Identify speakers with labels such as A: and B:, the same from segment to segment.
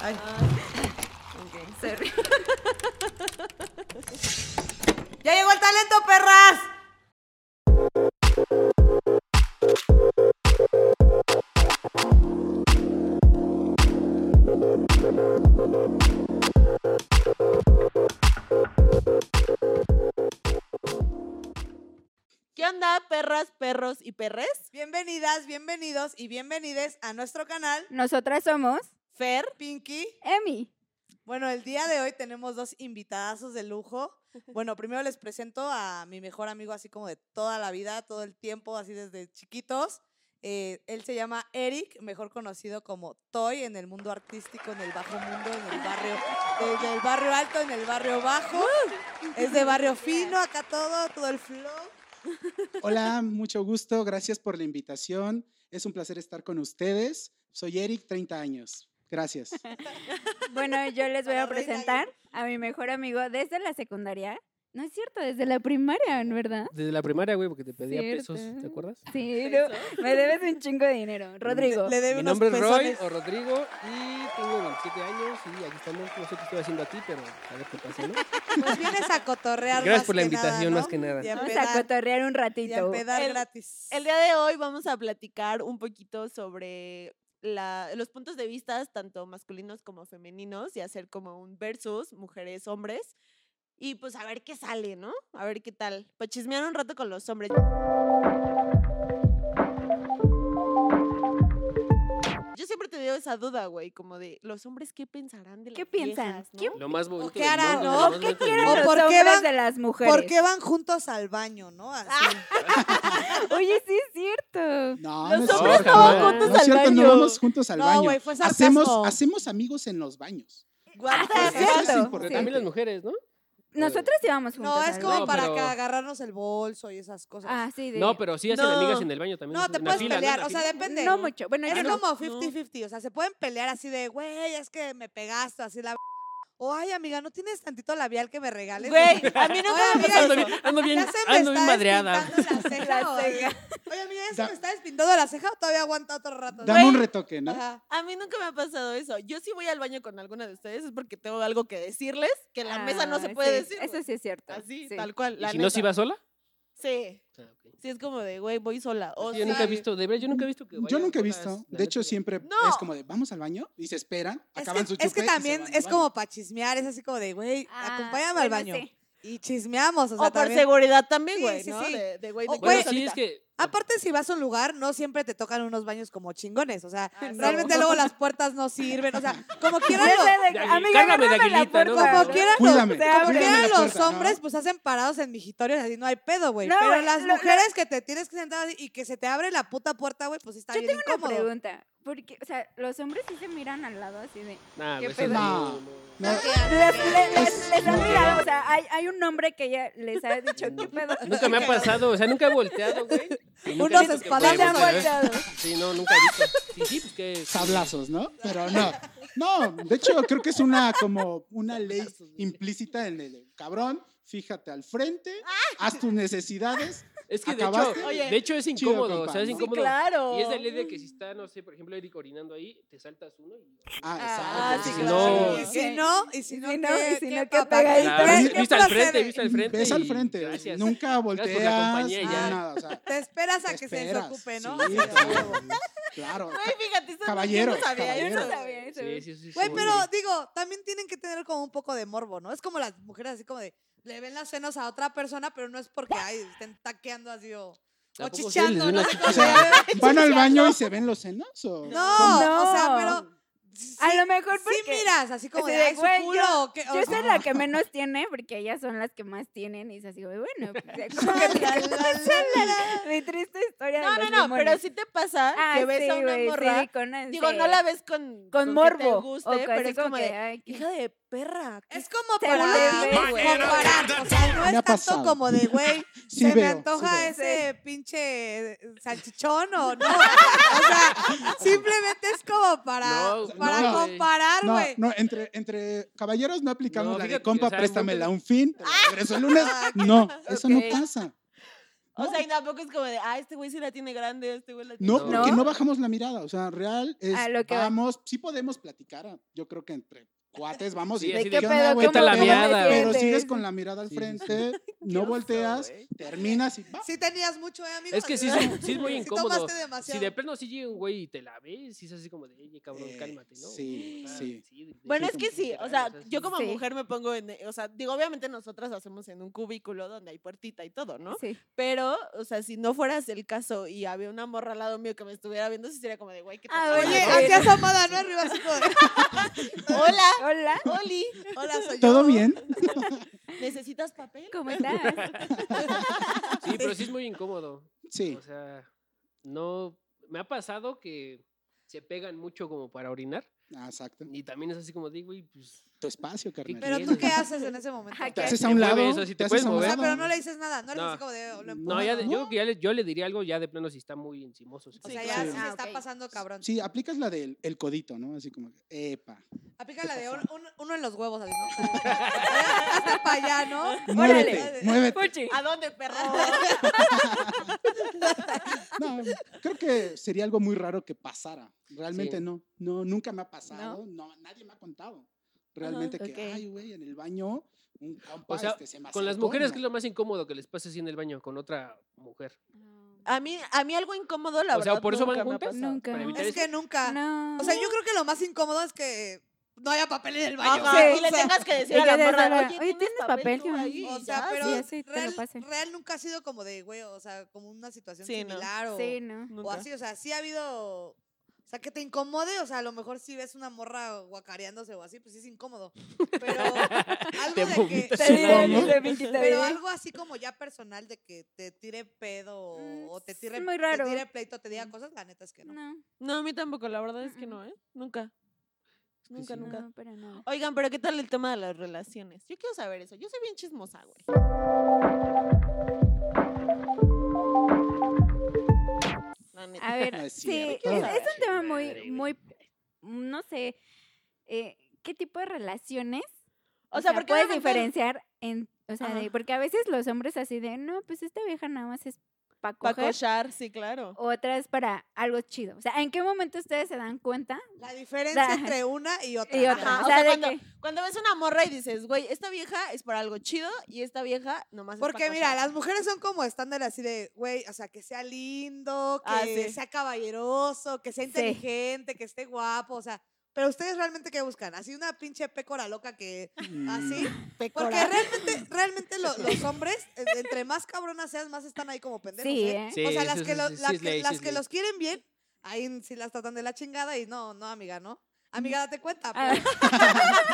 A: Ay.
B: Se ríe.
A: ¡Ya llegó el talento, perras!
B: ¿Qué onda, perras, perros y perres?
A: Bienvenidas, bienvenidos y bienvenides a nuestro canal
C: Nosotras somos
B: Fer,
A: Pinky.
C: Emi.
A: Bueno, el día de hoy tenemos dos invitadazos de lujo. Bueno, primero les presento a mi mejor amigo así como de toda la vida, todo el tiempo, así desde chiquitos. Eh, él se llama Eric, mejor conocido como Toy en el mundo artístico, en el bajo mundo, en el barrio, desde el barrio alto, en el barrio bajo. Es de barrio fino, acá todo, todo el flow.
D: Hola, mucho gusto, gracias por la invitación. Es un placer estar con ustedes. Soy Eric, 30 años. Gracias.
C: Bueno, yo les voy
A: A
C: a
A: la reina
C: presentar a mi mejor amigo desde la secundaria. No es cierto, desde la primaria, ¿no, ¿verdad?
E: Desde la primaria, güey, porque te pedía
C: Cierto.
E: pesos, ¿te acuerdas?
C: Sí, no, me debes un chingo de dinero. Rodrigo.
A: Le debe
E: Mi
A: unos
E: nombre es Roy
A: pezones.
E: o Rodrigo y tengo 27 años y aquí estamos. No sé qué estoy haciendo aquí, pero a ver qué pasa, ¿no?
A: Pues vienes a cotorrear.
E: Gracias
A: más
E: por la
A: que nada,
E: invitación,
A: ¿no?
E: más que nada.
A: Y a
C: Vamos a
A: pedar,
C: cotorrear
A: y
C: un
A: a
C: ratito.
A: pedar
B: El-
A: gratis.
B: el día de hoy vamos a platicar un poquito sobre la- los puntos de vista tanto masculinos como femeninos y hacer como un versus mujeres, hombres. Y pues a ver qué sale, ¿no? A ver qué tal. Pues chismear un rato con los hombres. Yo siempre te digo esa duda, güey, como de los hombres qué pensarán de
C: ¿Qué
B: las
C: piensan?
B: viejas, ¿no?
C: ¿Qué
E: Lo más bonito.
A: qué
E: del
A: hará,
E: mundo,
A: no?
E: lo más bonito del
C: ¿Qué
A: O
C: o
E: mundo.
A: por
C: por
A: qué van-
C: de las mujeres?
A: ¿Por qué van juntos al baño, no? Así.
C: Oye, sí es cierto.
D: No,
B: Los
D: no es
B: hombres
D: cierto.
E: no van
D: No
B: juntos
D: es
B: al
D: cierto, no
B: baño.
D: vamos juntos al
A: No,
D: baño.
A: güey, fue sarcasmo.
D: hacemos, hacemos amigos en los baños.
B: Guau,
C: Ah,
D: Eso es
C: cierto,
D: importante.
E: También las mujeres, ¿no?
C: Nosotras íbamos juntos.
A: No, es
C: al
A: como
C: baño.
E: No,
A: para
E: pero-
A: que agarrarnos el bolso y esas cosas.
C: Ah, sí, de-
E: No, pero sí hacen
B: No.
E: amigas en el baño también.
A: no, te
E: en la
A: puedes
E: fila, ¿no? En
A: pelear,
E: la
A: o sea,
E: fila.
A: depende.
C: No mucho. Bueno,
A: es
C: yo no.
A: como 50-50, o sea, se pueden pelear así de, güey, es que me pegaste, así la... O, ay, amiga, ¿no tienes tantito labial que me regales?
B: Güey, a mí nunca
A: Oye,
B: me
A: amiga,
B: pasó
E: Ando
B: eso.
E: bien, ando bien,
A: ya se me
E: ando bien
A: está
E: madreada.
A: despintando la ceja,
C: La
A: oye.
C: ceja.
A: Oye, amiga, ¿ya se
D: Da-
A: me está despintando la ceja o todavía aguanta otro rato?
D: Dame un
B: Güey.
D: retoque, ¿no?
A: Ajá.
B: A mí nunca me ha pasado eso. Yo sí voy al baño con alguna de ustedes es porque tengo algo que decirles que en la mesa no se
C: Ah,
B: puede
C: sí,
B: decir.
C: Eso
B: güey.
C: sí es cierto.
B: Así,
C: sí.
B: tal cual.
E: ¿Y
B: La
E: si no,
B: neta.
E: si va sola?
B: Sí,
E: Ah, ok.
B: sí es como de, güey, voy sola. O
E: Yo
B: sí,
E: nunca he visto, de verdad, yo nunca he visto que
D: Yo
E: vayan
D: nunca he
E: solas,
D: visto.
E: la
D: De
E: neta,
D: hecho,
E: güey.
D: siempre
B: No.
D: es como de, vamos al baño y se esperan,
A: Es
D: acaban
A: que,
D: su
A: es que
D: chupe y se
A: también
D: van al
A: es
D: baño.
A: como para chismear, es así como de, güey,
C: Ah,
A: acompáñame al
C: bueno,
A: baño.
C: sí.
A: Y chismeamos, o
B: O
A: sea,
B: por
A: también.
B: seguridad también,
A: Sí,
B: güey,
A: sí,
B: ¿no?
A: sí.
B: De, de, güey,
A: O
B: de que
A: puede-
E: Bueno,
B: voy
E: sí,
B: solita.
E: es que
A: Aparte, si vas a un lugar, no siempre te tocan unos baños como chingones. O sea,
B: Ah, sí.
A: realmente luego las puertas no sirven. O sea, como quieran,
C: Ya
A: los-
C: sé de-
E: De-
C: Amiga,
E: cárgame de
C: agárrame la
E: aguilita, ¿no?
C: puerta.
A: como quieran, los-
D: Cuídame,
C: Se
A: como
C: abre.
A: quieran
D: Ábreme la
A: los
D: puerta, ¿no?
A: hombres, pues hacen parados en mijitorios, así no hay pedo, güey.
C: No,
A: Pero
C: güey,
A: las
C: lo-
A: mujeres que te tienes que sentar así y que se te abre la puta puerta, güey, pues sí está
C: Yo
A: bien
C: Una
A: incómodo.
C: pregunta. Porque, o sea, los hombres sí se miran al lado así de.
E: Nah,
C: ¿Qué
E: güey, eso es
C: pedo?
E: muy-
D: No.
E: no.
D: No,
C: Les, le-
D: Pues,
C: les- les han
D: no.
C: mirado, o sea, hay, hay un hombre que ya les ha dicho, ¿qué pedo?
E: Nunca me ha pasado, o sea, nunca he volteado, güey. y nunca
A: Unos
E: he visto que
A: espadazos
C: Se
E: voltees
C: han
E: a ver.
C: volteado.
E: Sí, no, nunca he visto. Sí, sí, pues que.
D: sablazos, ¿no? Pero no. No, de hecho creo que es una como una ley implícita en el cabrón, fíjate al frente,
A: Ah.
D: haz tus necesidades.
E: Es que de
D: Acabaste.
E: hecho,
B: Oye.
E: de hecho es
D: Chido,
E: incómodo, o
D: compa,
E: sea, es
D: ¿no?
B: Sí,
E: incómodo.
B: claro.
E: Y es de ley de que si está, no sé, por ejemplo, Eric orinando ahí, te saltas uno y.
D: Ah,
B: Ah, sí,
D: exacto.
B: claro.
A: Y si no, y si
C: Y
A: no,
C: si no,
A: ¿qué-
C: y si no, qué
A: papá?
C: pegadita.
E: Claro,
A: ¿Qué-
E: vis-
A: qué eh.
E: vista al
A: procede?
E: frente, vista al frente.
D: Ves al
E: y
D: frente,
E: Gracias.
D: nunca
E: la
D: volteas,
E: compañía y
D: ya
E: ya.
D: nada, o sea,
A: Te esperas a
D: te
A: que se
D: esperas,
A: desocupe, ¿no?
D: sí,
A: Sí, a
D: claro,
A: huevo.
D: Claro.
B: Güey, fíjate, eso no-
D: Caballero,
B: yo no sabía, yo no
D: caballero.
B: sabía.
C: sabía eso.
E: Sí, sí, sí.
A: Güey,
E: sí,
A: pero
E: sí.
A: digo, también tienen que tener como un poco de morbo, ¿no? Es como las mujeres así como de, le ven las senos a otra persona, pero no es porque, ay, estén taqueando así o, o
E: Tampoco ustedes les
A: chichando,
E: ven
A: no
E: las
A: sé
D: O
A: cómo se
D: sea,
A: llama.
D: ¿van al baño y se ven los senos? ¿o?
A: No, o sea,
C: No.
A: pero... Sí,
C: A lo mejor porque.
A: sí miras, así como
C: así
A: de,
C: de,
A: ay, su
C: güey,
A: culo, o qué- o
C: Yo
A: sea,
C: soy la que menos tiene, porque ellas son las que más tienen, y es así, güey, bueno, pues, ya como que
A: la,
C: mi-
A: la, la, la.
C: mi triste historia
B: No,
C: de
B: no,
C: los
B: no, pero
C: limones.
B: sí te pasa
C: Ah,
B: que ves
C: sí,
B: a una
C: güey, sí,
B: morra.
C: con-
B: Digo,
C: sí.
B: no la ves con,
C: con
B: Que te
C: morbo.
B: guste,
C: o
B: pero
C: así ah,
B: es como
C: que,
B: de,
C: ay, qué-
B: hija de perra. ¿qué
A: Es como
C: Te
A: para
C: la
B: ves, güey.
A: comparar, o sea, no
D: Me
A: es
D: ha
A: tanto
D: pasado.
A: como de, güey,
D: Sí
A: se me
D: veo, sí
A: antoja
D: veo.
A: ese pinche eh, salchichón o no. o sea, simplemente es como para,
E: No,
A: para
D: no,
E: güey.
A: comparar,
D: No,
A: güey.
D: no, entre, entre caballeros no aplicamos
E: No,
D: la de
E: fíjate,
D: compa,
E: o sea,
D: préstamela un fin, te la regreso el lunes.
A: Ah,
D: No, eso
C: ok.
D: no pasa.
B: O
D: No.
B: sea, y tampoco es como de, ah, este güey sí la tiene grande, este güey la tiene
D: No,
E: No.
D: porque no
C: ¿No?
D: bajamos la mirada. O sea, real es.
C: A lo que va.
D: vamos, sí podemos platicar. ah, Yo creo que entre cuates vamos
E: Sí,
D: y.
E: así
C: ¿De
E: de,
C: qué
E: ¿qué
D: onda,
C: pedo?
D: güey?
C: ¿Cómo,
E: Vete a la
C: cómo te
E: miada.
D: Pero
C: sientes?
D: sigues con la mirada al
E: Sí, sí, sí.
D: frente, no
B: oso,
D: volteas,
B: güey.
D: terminas y va.
A: Sí tenías mucho, ¿eh, amigo?
E: Es que sí, es- sí es muy
A: Sí
E: incómodo.
A: tomaste
E: Si
A: demasiado.
E: de plano sí llega un güey y te la ves, sí es así como de, oye, cabrón,
D: Eh,
E: cálmate, ¿no? Ah.
D: sí,
E: O sea,
D: sí.
E: de- de-
B: Bueno,
D: Sí,
B: es que
D: como
B: sí,
E: literal,
B: o sea, yo
E: sí.
B: como
C: Sí.
B: mujer me pongo en, eh, o sea, digo, obviamente nosotras hacemos en un cubículo donde hay puertita y todo, ¿no?
C: Sí.
B: Pero, o sea, si no fueras el caso y había una morra al lado mío que me estuviera viendo, sí sería como de, güey, ¿qué te
C: Ah,
B: pasa?".
A: Oye,
C: Oye,
A: así
C: oye.
A: asomada, ¿no? Arriba así como de,
B: Hola,
C: Hola,
B: Oli,
A: Hola, soy yo.
D: ¿Todo bien?
B: ¿necesitas papel?
C: ¿cómo estás?
E: Sí, pero sí es muy incómodo.
D: Sí.
E: O sea, no. Me ha pasado que se pegan mucho como para orinar.
D: Ah, Exacto.
E: Y también es así como digo, güey, pues.
D: Tu espacio, carnal.
A: Pero tú qué haces en ese momento.
C: Ajá,
D: te
C: ¿qué? Ah,
D: haces a un
E: Te
D: lado.
E: mueves, así te
D: te haces
E: puedes
D: a un
A: O sea,
E: mover.
D: lado.
A: pero no le dices nada, no le dices
E: No.
A: como de. Lo
E: No, ya de-
A: empujas,
E: yo creo que ya le, yo le diría algo ya de plano si está muy encimoso. si
A: O
E: está
A: sea,
E: muy
A: ya
E: caliente.
A: sí
C: Ah,
A: está
C: ok.
A: pasando cabrón.
D: Sí, aplicas la del el codito, ¿no? Así como, epa.
A: Aplica la de un- un- uno en los huevos, así, ¿no? Hasta para allá, ¿no?
D: Muévete, muévete.
C: Puchi.
B: ¿A dónde, perro?
D: No, creo que sería algo muy raro que pasara. Realmente
E: Sí.
D: no. No, nunca me ha pasado. No, nadie me ha contado. Realmente que,
C: ok.
D: ay, güey, en el baño, un compa
E: sea,
D: este, se me
E: Con las
D: acercó",
E: mujeres,
D: no.
E: ¿qué es lo más incómodo que les pase así en el baño con otra mujer?
B: A mí, a mí algo incómodo, la
E: O sea,
B: verdad,
E: ¿por eso van
B: nunca me ha
E: juntas?
B: pasado.
C: Nunca.
E: Para evitar
A: Es
E: eso.
A: que nunca.
C: No.
A: Ah, O sea, yo creo que lo más incómodo es que no haya papel en el baño.
B: Ajá,
A: güey,
C: Sí.
A: o
B: y le
A: sea,
B: tengas que decir
C: Y
B: a
C: que
B: la
C: de
B: morra,
C: verdad,
B: oye,
C: "Oye,
B: ¿tienes
C: ¿tienes
B: papel
C: papel
B: tú
C: que me-
B: ahí?"
A: O
B: Y
A: sea,
B: ya,
A: pero
B: sí.
C: ya sé, te lo
A: real,
C: pasé.
A: real nunca ha sido como de, güey, o sea, como una situación
B: Sí, ¿no?
A: similar o,
C: Sí, no.
A: o
B: Nunca.
A: así. O sea, sí ha habido. O sea, que te incomode, o sea, a lo mejor si ves una morra guacareándose o así, pues sí es incómodo. Pero algo
E: Te
A: de que.
E: vomitas.
C: Te diré,
D: Supongo.
C: dice Pinky, te
A: Pero
C: diré.
A: algo así como ya personal de que te tire pedo
C: Mm,
A: o o te
C: es
A: tire,
C: muy
A: te
C: raro.
A: tire pleito, te diga cosas, la neta es que no.
C: No,
B: No, a mí tampoco, la verdad es que no, ¿eh? Nunca.
E: que
B: Nunca,
E: sí.
B: nunca.
C: no, para nada.
A: Oh,
B: Oigan, pero ¿qué tal el tema de las relaciones? Yo quiero saber eso. Yo soy bien chismosa, güey. La neta.
C: A ver,
D: No es
C: sí, es,
D: cierto.
C: es un tema muy,
E: Madre,
C: muy, no sé, eh, ¿qué tipo de relaciones?
B: O sea, porque
C: puedes
B: obviamente-
C: diferenciar en, o sea, de-
B: Ajá.
C: porque a veces los hombres así de, no, pues esta vieja nada más es para
B: Para
C: coger,
B: cochar, sí, claro.
C: otras para algo chido. O sea, ¿en qué momento ustedes se dan cuenta?
A: La diferencia
C: Da.
A: entre una y otra.
C: Y otra,
B: Ajá,
C: o
B: o
C: sea,
B: sea,
C: de
B: cuando-
C: que-
B: Cuando ves una morra y dices, güey, esta vieja es para algo chido y esta vieja nomás es
A: Porque
B: pa'
A: mira,
B: cochar".
A: las mujeres son como estándar así de, güey, o sea, que sea lindo, que
B: Ah, sí.
A: sea caballeroso, que sea
C: Sí.
A: inteligente, que esté guapo, o sea, pero ustedes realmente qué buscan? Así una pinche pécora loca que
D: Mm,
A: así, porque
B: Pécora.
A: realmente realmente lo- los hombres eh, entre más cabronas seas, más están ahí como pendejos,
C: sí,
A: ¿eh?
C: ¿eh?
E: Sí,
A: o sea,
E: sí,
A: las
E: sí,
A: que, lo-
E: sí, sí,
A: las
E: es
A: que-
E: ley, sí,
A: las
E: es
A: que
E: ley.
A: los quieren bien, ahí sí las tratan de la chingada y no, no, amiga, ¿no? Amiga, date cuenta.
C: Ah.
A: Pero,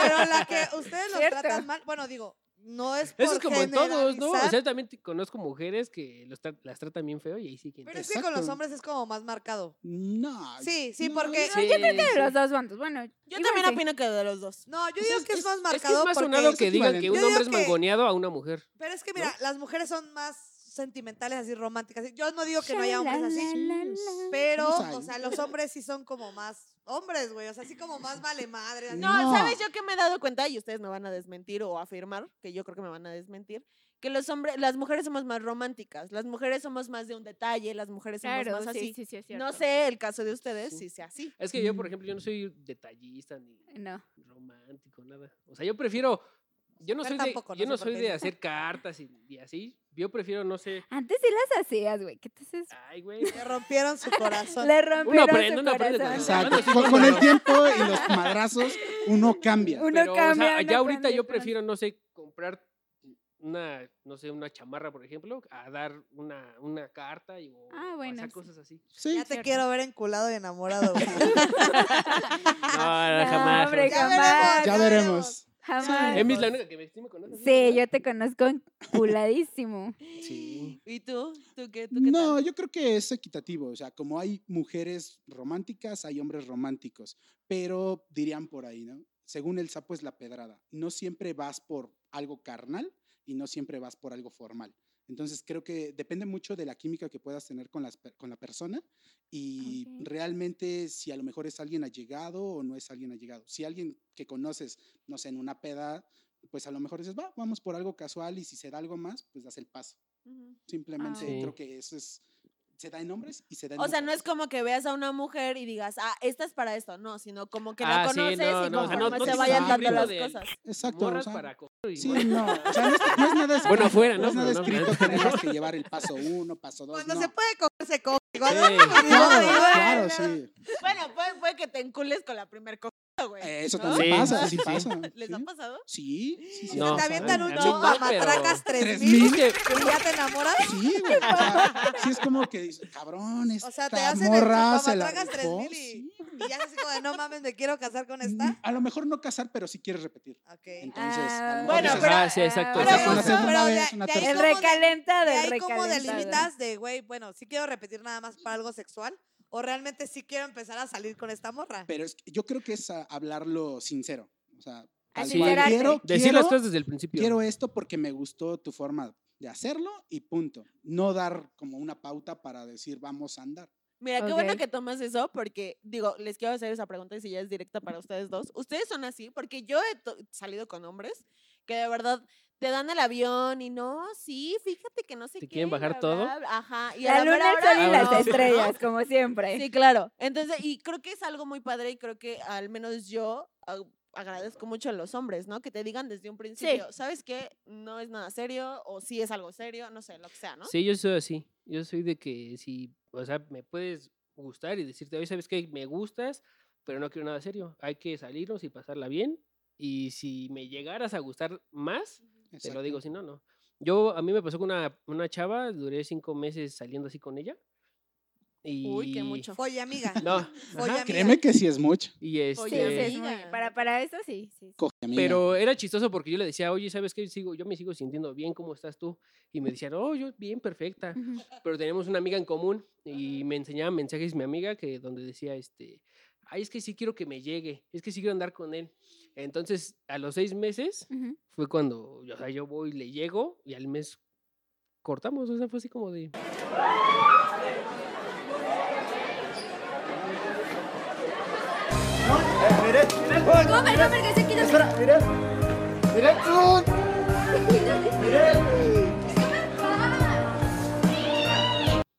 A: pero la que ustedes los
C: Cierto.
A: tratan mal, bueno, digo, no es por
E: Eso es como en todos, ¿no? O
A: generalizar,
E: sea, también te- conozco mujeres que los tra- las tratan bien feo y ahí sí que.
A: pero es que con los
D: Exacto.
A: hombres es como más marcado.
D: No.
A: Sí, sí,
D: no,
A: porque...
E: Sí,
C: De
E: sí.
C: los dos bandos, bueno.
B: Yo
C: igual
B: también
C: sí.
B: opino que de los dos.
A: No, yo
D: O sea,
A: digo
D: es-
A: que es,
D: es-
A: más
E: Es que es
A: marcado
E: más
A: porque...
E: sonado que
D: es
E: digan que
D: equivalente.
E: un
A: Yo
E: hombre es
A: digo que-
E: mangoneado a una mujer.
A: Pero es que mira, las mujeres son más sentimentales, así románticas. Yo no digo que no haya hombres así,
C: Shalalala.
D: Sí.
A: pero,
D: Los hay.
A: o sea, los hombres sí son como más hombres, güey. O sea, así como más vale madre. así
B: No,
D: No.
B: ¿sabes yo que me he dado cuenta? Y ustedes me van a desmentir o afirmar, que yo creo que me van a desmentir, que los hombres, las mujeres somos más románticas, las mujeres somos más de un detalle, las mujeres somos
C: Claro,
B: más así.
C: sí, sí, sí, es cierto.
B: no sé el caso de ustedes,
E: Sí.
B: si sea así.
E: Es que yo, por
D: Mm.
E: ejemplo, yo no soy detallista ni
C: No.
E: romántico, nada. O sea, yo prefiero. Yo no
A: Fer
E: soy, de,
A: tampoco, no
E: yo
A: sé
E: no
A: por
E: soy
A: qué
E: de
A: dices.
E: hacer cartas y, y así. Yo prefiero, no sé.
C: Antes sí las hacías, güey. ¿Qué te haces?
E: Ay, güey.
A: Le rompieron su corazón.
C: Le rompieron
E: Ah, Uno aprende,
C: su
E: uno aprende con
C: corazón.
E: los
D: Exacto.
E: Bueno, sí,
D: Con,
E: cuando
D: con el
E: no.
D: tiempo y los madrazos, uno cambia.
C: Uno
E: Pero, o sea,
C: cambia, uno
E: ya ahorita
C: aprende,
E: yo
C: pero-
E: prefiero, no sé, comprar una, no sé, una chamarra, por ejemplo, a dar una, una carta y, o,
C: Ah,
E: o
C: bueno,
E: hacer
C: sí.
E: cosas así.
D: Sí.
A: Ya te
C: Cierto.
A: quiero ver enculado y enamorado. güey.
D: Pues
E: No,
C: Ah, No,
E: jamás.
C: hombre,
E: jamás.
C: jamás.
D: Ya veremos.
C: Jamás.
E: Emi es la única que me, sí me conoce.
C: Sí, yo te conozco enculadísimo.
E: Sí.
B: ¿Y tú? ¿Tú qué? ¿Tú qué
D: No,
B: tal?
D: yo creo que es equitativo. O sea, como hay mujeres románticas, hay hombres románticos. Pero dirían por ahí, ¿no? Según el sapo es la pedrada. No siempre vas por algo carnal y no siempre vas por algo formal. Entonces creo que depende mucho de la química que puedas tener con, las per- con la persona y
C: Ok.
D: realmente si a lo mejor es alguien allegado o no es alguien allegado. Si alguien que conoces, no sé, en una peda, pues a lo mejor dices, va, vamos por algo casual y si se da algo más, pues das el paso.
B: Ujú.
D: Simplemente
C: Ah.
E: Sí.
D: creo que eso es. Se da en hombres y se da en
B: O sea, no
D: mujeres.
B: es como que veas a una mujer y digas, ah, esta es para esto. No, sino como que
E: Ah,
B: la
E: sí,
B: conoces
E: no,
B: y
E: no,
D: o sea,
B: conforme
D: no- no
B: se
D: tienes
B: vayan
D: un
B: dando
D: libro
B: las
E: de-
B: cosas.
D: Exacto. o
E: Morras
D: sea,
E: para co- y
D: Sí,
E: morras-
D: no. O sea, no es, no es nada escrito.
E: Bueno, afuera,
D: no
E: ¿no?
D: es nada
E: Pero no,
D: escrito
E: mames.
D: que tengas que llevar el paso uno, paso dos.
A: Cuando
D: no.
A: se puede coger, se coge. Cuando
E: Sí.
A: no,
D: Claro,
A: digo,
D: claro,
A: eh,
D: sí.
B: Bueno, puede, puede que te encules con la primer cogida, güey.
D: Eso
B: ¿no?
D: también
E: Sí,
D: pasa,
E: sí,
D: sí,
E: sí.
D: pasa.
B: ¿Les ha pasado?
D: Sí, sí, sí, sí.
E: No,
A: te avientan
E: a mí
A: un
E: no,
A: a
E: pero-
A: matracas
D: ¿Tres
A: 3000
D: mil?
E: Sí,
A: y ya te enamoras.
D: Sí, güey. O sea, sí es como que dices, cabrón, esta
A: O sea, te hacen el
D: morra
A: papá
D: se la
A: matracas
D: rifó",
A: 3000 y,
D: sí.
A: y ya así como de, no mames, me quiero casar con esta.
D: A lo mejor no casar, pero sí quieres repetir.
A: Ok.
D: Entonces, a lo mejor
B: Bueno,
D: dices,
B: pero-
E: Ah, sí, exacto.
D: O
A: Pero,
D: sea,
A: eso-
D: con la
A: pero
D: segunda
A: de-
D: vez, una
A: de ahí
D: tercera.
C: El
A: como de-
C: recalentado,
A: de
C: el
A: ahí como
C: recalentado.
A: delimitas de, güey, bueno, si quiero repetir nada más para algo sexual o realmente sí quiero empezar a salir con esta morra.
D: Pero es que yo creo que es a- hablarlo sincero. O sea, tal
C: Así
D: cual,
C: será.
A: eh,
D: quiero,
E: Decir las
D: quiero-
E: cosas desde el principio.
D: quiero esto porque me gustó tu forma de hacerlo y punto. No dar como una pauta para decir vamos a andar.
B: Mira, qué bueno
C: Ok.
B: que tomas eso porque, digo, les quiero hacer esa pregunta y si ya es directa para ustedes dos. ¿Ustedes son así? Porque yo he to- salido con hombres que de verdad te dan el avión y no, sí, fíjate que no sé
E: ¿Te
B: qué,
E: quieren bajar
B: bla,
E: todo?
B: bla, bla, Ajá. Y a
C: La
B: la mera
C: luna, el
B: hora,
C: sol y
E: Ah,
C: las
E: bueno, sí, ¿no?
C: estrellas, como siempre.
B: Sí, claro. Entonces, y creo que es algo muy padre y creo que al menos yo ah, agradezco mucho a los hombres, ¿no? Que te digan desde un principio, ¿sabes qué? No es nada serio o sí es algo serio, no sé, lo que sea, ¿no?
E: Sí, yo soy así. Yo soy de que si, o sea, me puedes gustar y decirte, oye, ¿sabes qué? Me gustas, pero no quiero nada serio. Hay que salirnos y pasarla bien. Y si me llegaras a gustar más, te
D: Exacto.
E: lo digo, si no, no. Yo, a mí me pasó con una, una chava, duré cinco meses saliendo así con ella. Y...
B: Uy, qué mucho.
A: Folla amiga.
E: No,
A: Folla
E: ajá,
A: amiga.
D: Créeme que sí es mucho.
E: y
B: Oye,
E: este...
C: Sí, sí, es muy-
B: Amiga.
C: para, para eso sí. sí, sí.
D: Coge, amiga.
E: Pero era chistoso porque yo le decía, oye, ¿sabes qué? Sigo, yo me sigo sintiendo bien, ¿cómo estás tú? Y me decían, oh, yo bien, perfecta.
C: Ujú.
E: Pero tenemos una amiga en común y me enseñaba mensajes mi amiga que donde decía, este, ay, es que sí quiero que me llegue, es que sí quiero andar con él. Entonces, a los seis meses
C: Ujú.
E: fue cuando, o sea, yo voy, le llego y al mes cortamos, o sea, fue así como de...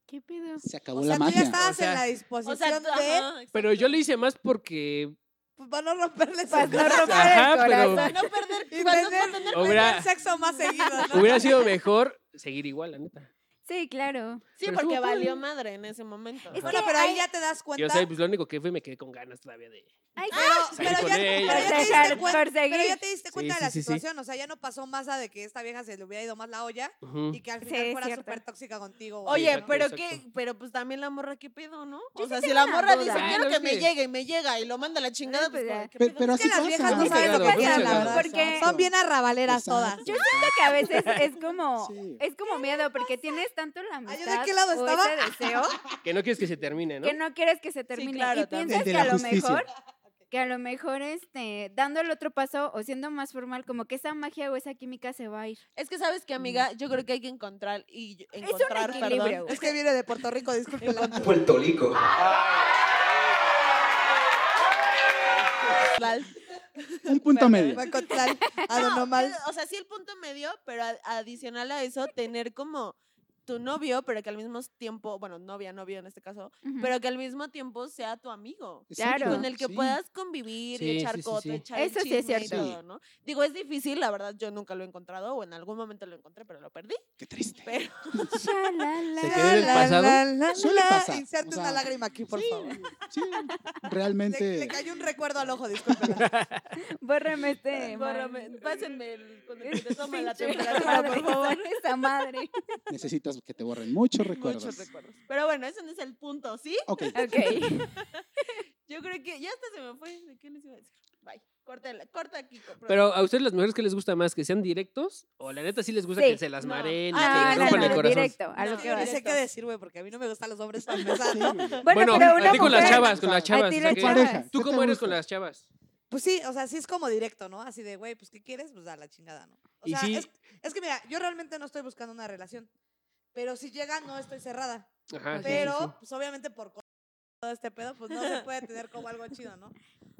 C: ¿Qué pedo?
D: se acabó
A: O sea,
D: la
A: tú ya
D: magia.
A: estabas
E: O sea-
A: en la
B: O
A: disposición
B: sea, tú-
A: de,
B: ajá,
E: Pero
B: exacto.
E: yo le hice más porque...
A: pues, para no romperle su
C: Para no
A: corazón
C: romper
E: Ajá,
C: el
E: pero-
C: corazón.
B: No perder,
A: y
B: para no
A: tener,
B: tener
E: Obra-
A: tener sexo más seguido, ¿no?
E: Hubiera sido mejor seguir igual, la neta.
C: Sí, claro.
B: Sí,
E: Pero
B: porque
E: estuvo padre.
B: valió madre en ese momento.
C: Es
A: Bueno,
C: que
A: pero ahí
C: hay-
A: ya te das
E: Yo
A: cuenta.
E: sé, pues lo único que fue me quedé con ganas todavía de...
C: Ay,
A: pero,
E: Salí
A: pero
E: con
A: ya,
E: ella.
A: Ah, pero ya te
C: Por
A: diste
C: sacar-
A: cuenta,
C: por
A: pero ya
C: seguir.
A: te diste
E: Sí,
A: cuenta
E: sí,
A: de la
E: sí, sí.
A: situación. O sea, ya no pasó más a de que esta vieja se le hubiera ido más la olla
E: Ujú.
A: y que al
C: Sí,
A: final
C: es
A: fuera
C: cierto.
A: súper tóxica contigo. güey.
B: Oye,
E: exacto,
B: pero
E: exacto.
B: qué, pero pues también la morra, qué pedo, ¿no? o
C: Yo sí
B: sea, si
C: tengo
B: la
C: una
B: morra dice,
C: duda.
B: quiero
E: Claro,
B: que
E: es
B: me
E: que-
B: llegue y me llega y lo manda a la chingada, pues,
C: pues,
B: como,
C: ya.
B: ¿qué
D: Pe-
B: pedo?
D: Pero
A: Es
D: así
A: que las
D: pasa.
A: viejas no
E: Muy
A: saben lo
E: cagado,
A: que
E: muy
A: hacen, la
E: cagado.
A: verdad.
C: Porque-
A: Son bien arrabaleras todas.
D: Exacto,
C: Yo siento que a veces es como,
D: sí.
C: es como miedo, porque tienes tanto la
A: Ay,
C: amistad
A: ¿yo de qué lado
C: o
A: estaba?
C: ese deseo
E: Que no quieres que se termine, ¿no?
C: que no quieres que se termine.
B: claro,
C: y
B: también.
C: piensas
D: El de
C: que
D: la
C: a lo
D: justicia.
C: mejor, que a lo mejor este, dando el otro paso o siendo más formal, como que esa magia o esa química se va a ir.
B: Es que sabes que, amiga, yo creo que hay que encontrar y yo-
C: un
B: encontrar, perdón.
C: equilibrio.
A: Es que viene de Puerto Rico, discúlpela.
F: Puerto Rico.
B: Val-
D: Un punto medio.
A: Va a encontrar a Don
B: No,
A: Omar.
B: pero, o sea, sí el punto medio, pero a- adicional a eso, tener como tu novio, pero que al mismo tiempo, bueno, novia, novio en este caso,
C: Ujú.
B: pero que al mismo tiempo sea tu amigo.
D: Exacto,
B: Con el que
D: sí.
B: puedas convivir
E: Sí,
B: y echar
E: sí, sí,
B: coto,
E: sí.
B: echar el
C: Eso sí es
B: chisme y
D: cierto. Sí.
B: todo, ¿no? Digo, es difícil, la verdad, yo nunca lo he encontrado, o en algún momento lo encontré, pero lo perdí.
D: Qué triste.
B: Pero
C: Shalala.
E: Se quedó en el pasado.
D: Suele pasar,
A: Inserte
D: o sea,
A: una lágrima aquí, por
D: sí,
A: favor.
D: sí,
A: Le,
D: realmente.
A: le cayó un recuerdo al ojo, discúlpela.
C: Bórrame este.
B: bórrame, pásenme el, con el que te toma la
C: pinche
B: temperatura, por
C: recuerdo,
B: favor.
C: Esa madre.
D: Necesitas que te borren muchos recuerdos.
B: Muchos recuerdos. Pero bueno, ese no es el punto, ¿sí?
D: Ok.
C: Ok.
B: Yo creo que ya hasta se me fue. ¿De qué les iba a decir? Bye. Corta, corta aquí. comprueba.
E: Pero a ustedes las mujeres qué les gusta más, que sean directos o la neta sí les gusta
C: Sí.
E: que se las
B: No.
E: mareen, y
B: Ah,
E: que les
C: No, no,
E: rompan el
C: no,
E: corazón.
C: directo, a lo
B: No,
C: que
A: Yo
C: va.
A: ni sé qué decir, güey, porque a mí no me gustan los hombres para empezar,
D: Sí,
A: ¿no?
D: güey.
C: Bueno, pero
E: a
C: una
E: ti con las
C: mujer-
E: chavas, con
D: A
E: las
D: ti
C: las
E: chavas. ¿no?
D: Tu
E: ¿Qué?
D: pareja.
E: ¿Tú
D: ¿qué te
E: cómo eres con
D: gusta?
E: las chavas?
A: Pues sí, o sea, sí es como directo, ¿no? Así de, güey, pues ¿qué quieres? Pues a la chingada, ¿no? O
E: Y
A: sea,
E: sí-
A: es, es que mira, yo realmente no estoy buscando una relación. Pero si llega, no estoy cerrada.
E: Ajá. sí, sí,
A: pero,
E: sí.
A: pues obviamente por co- todo este pedo, pues no se puede tener como algo chido, ¿no?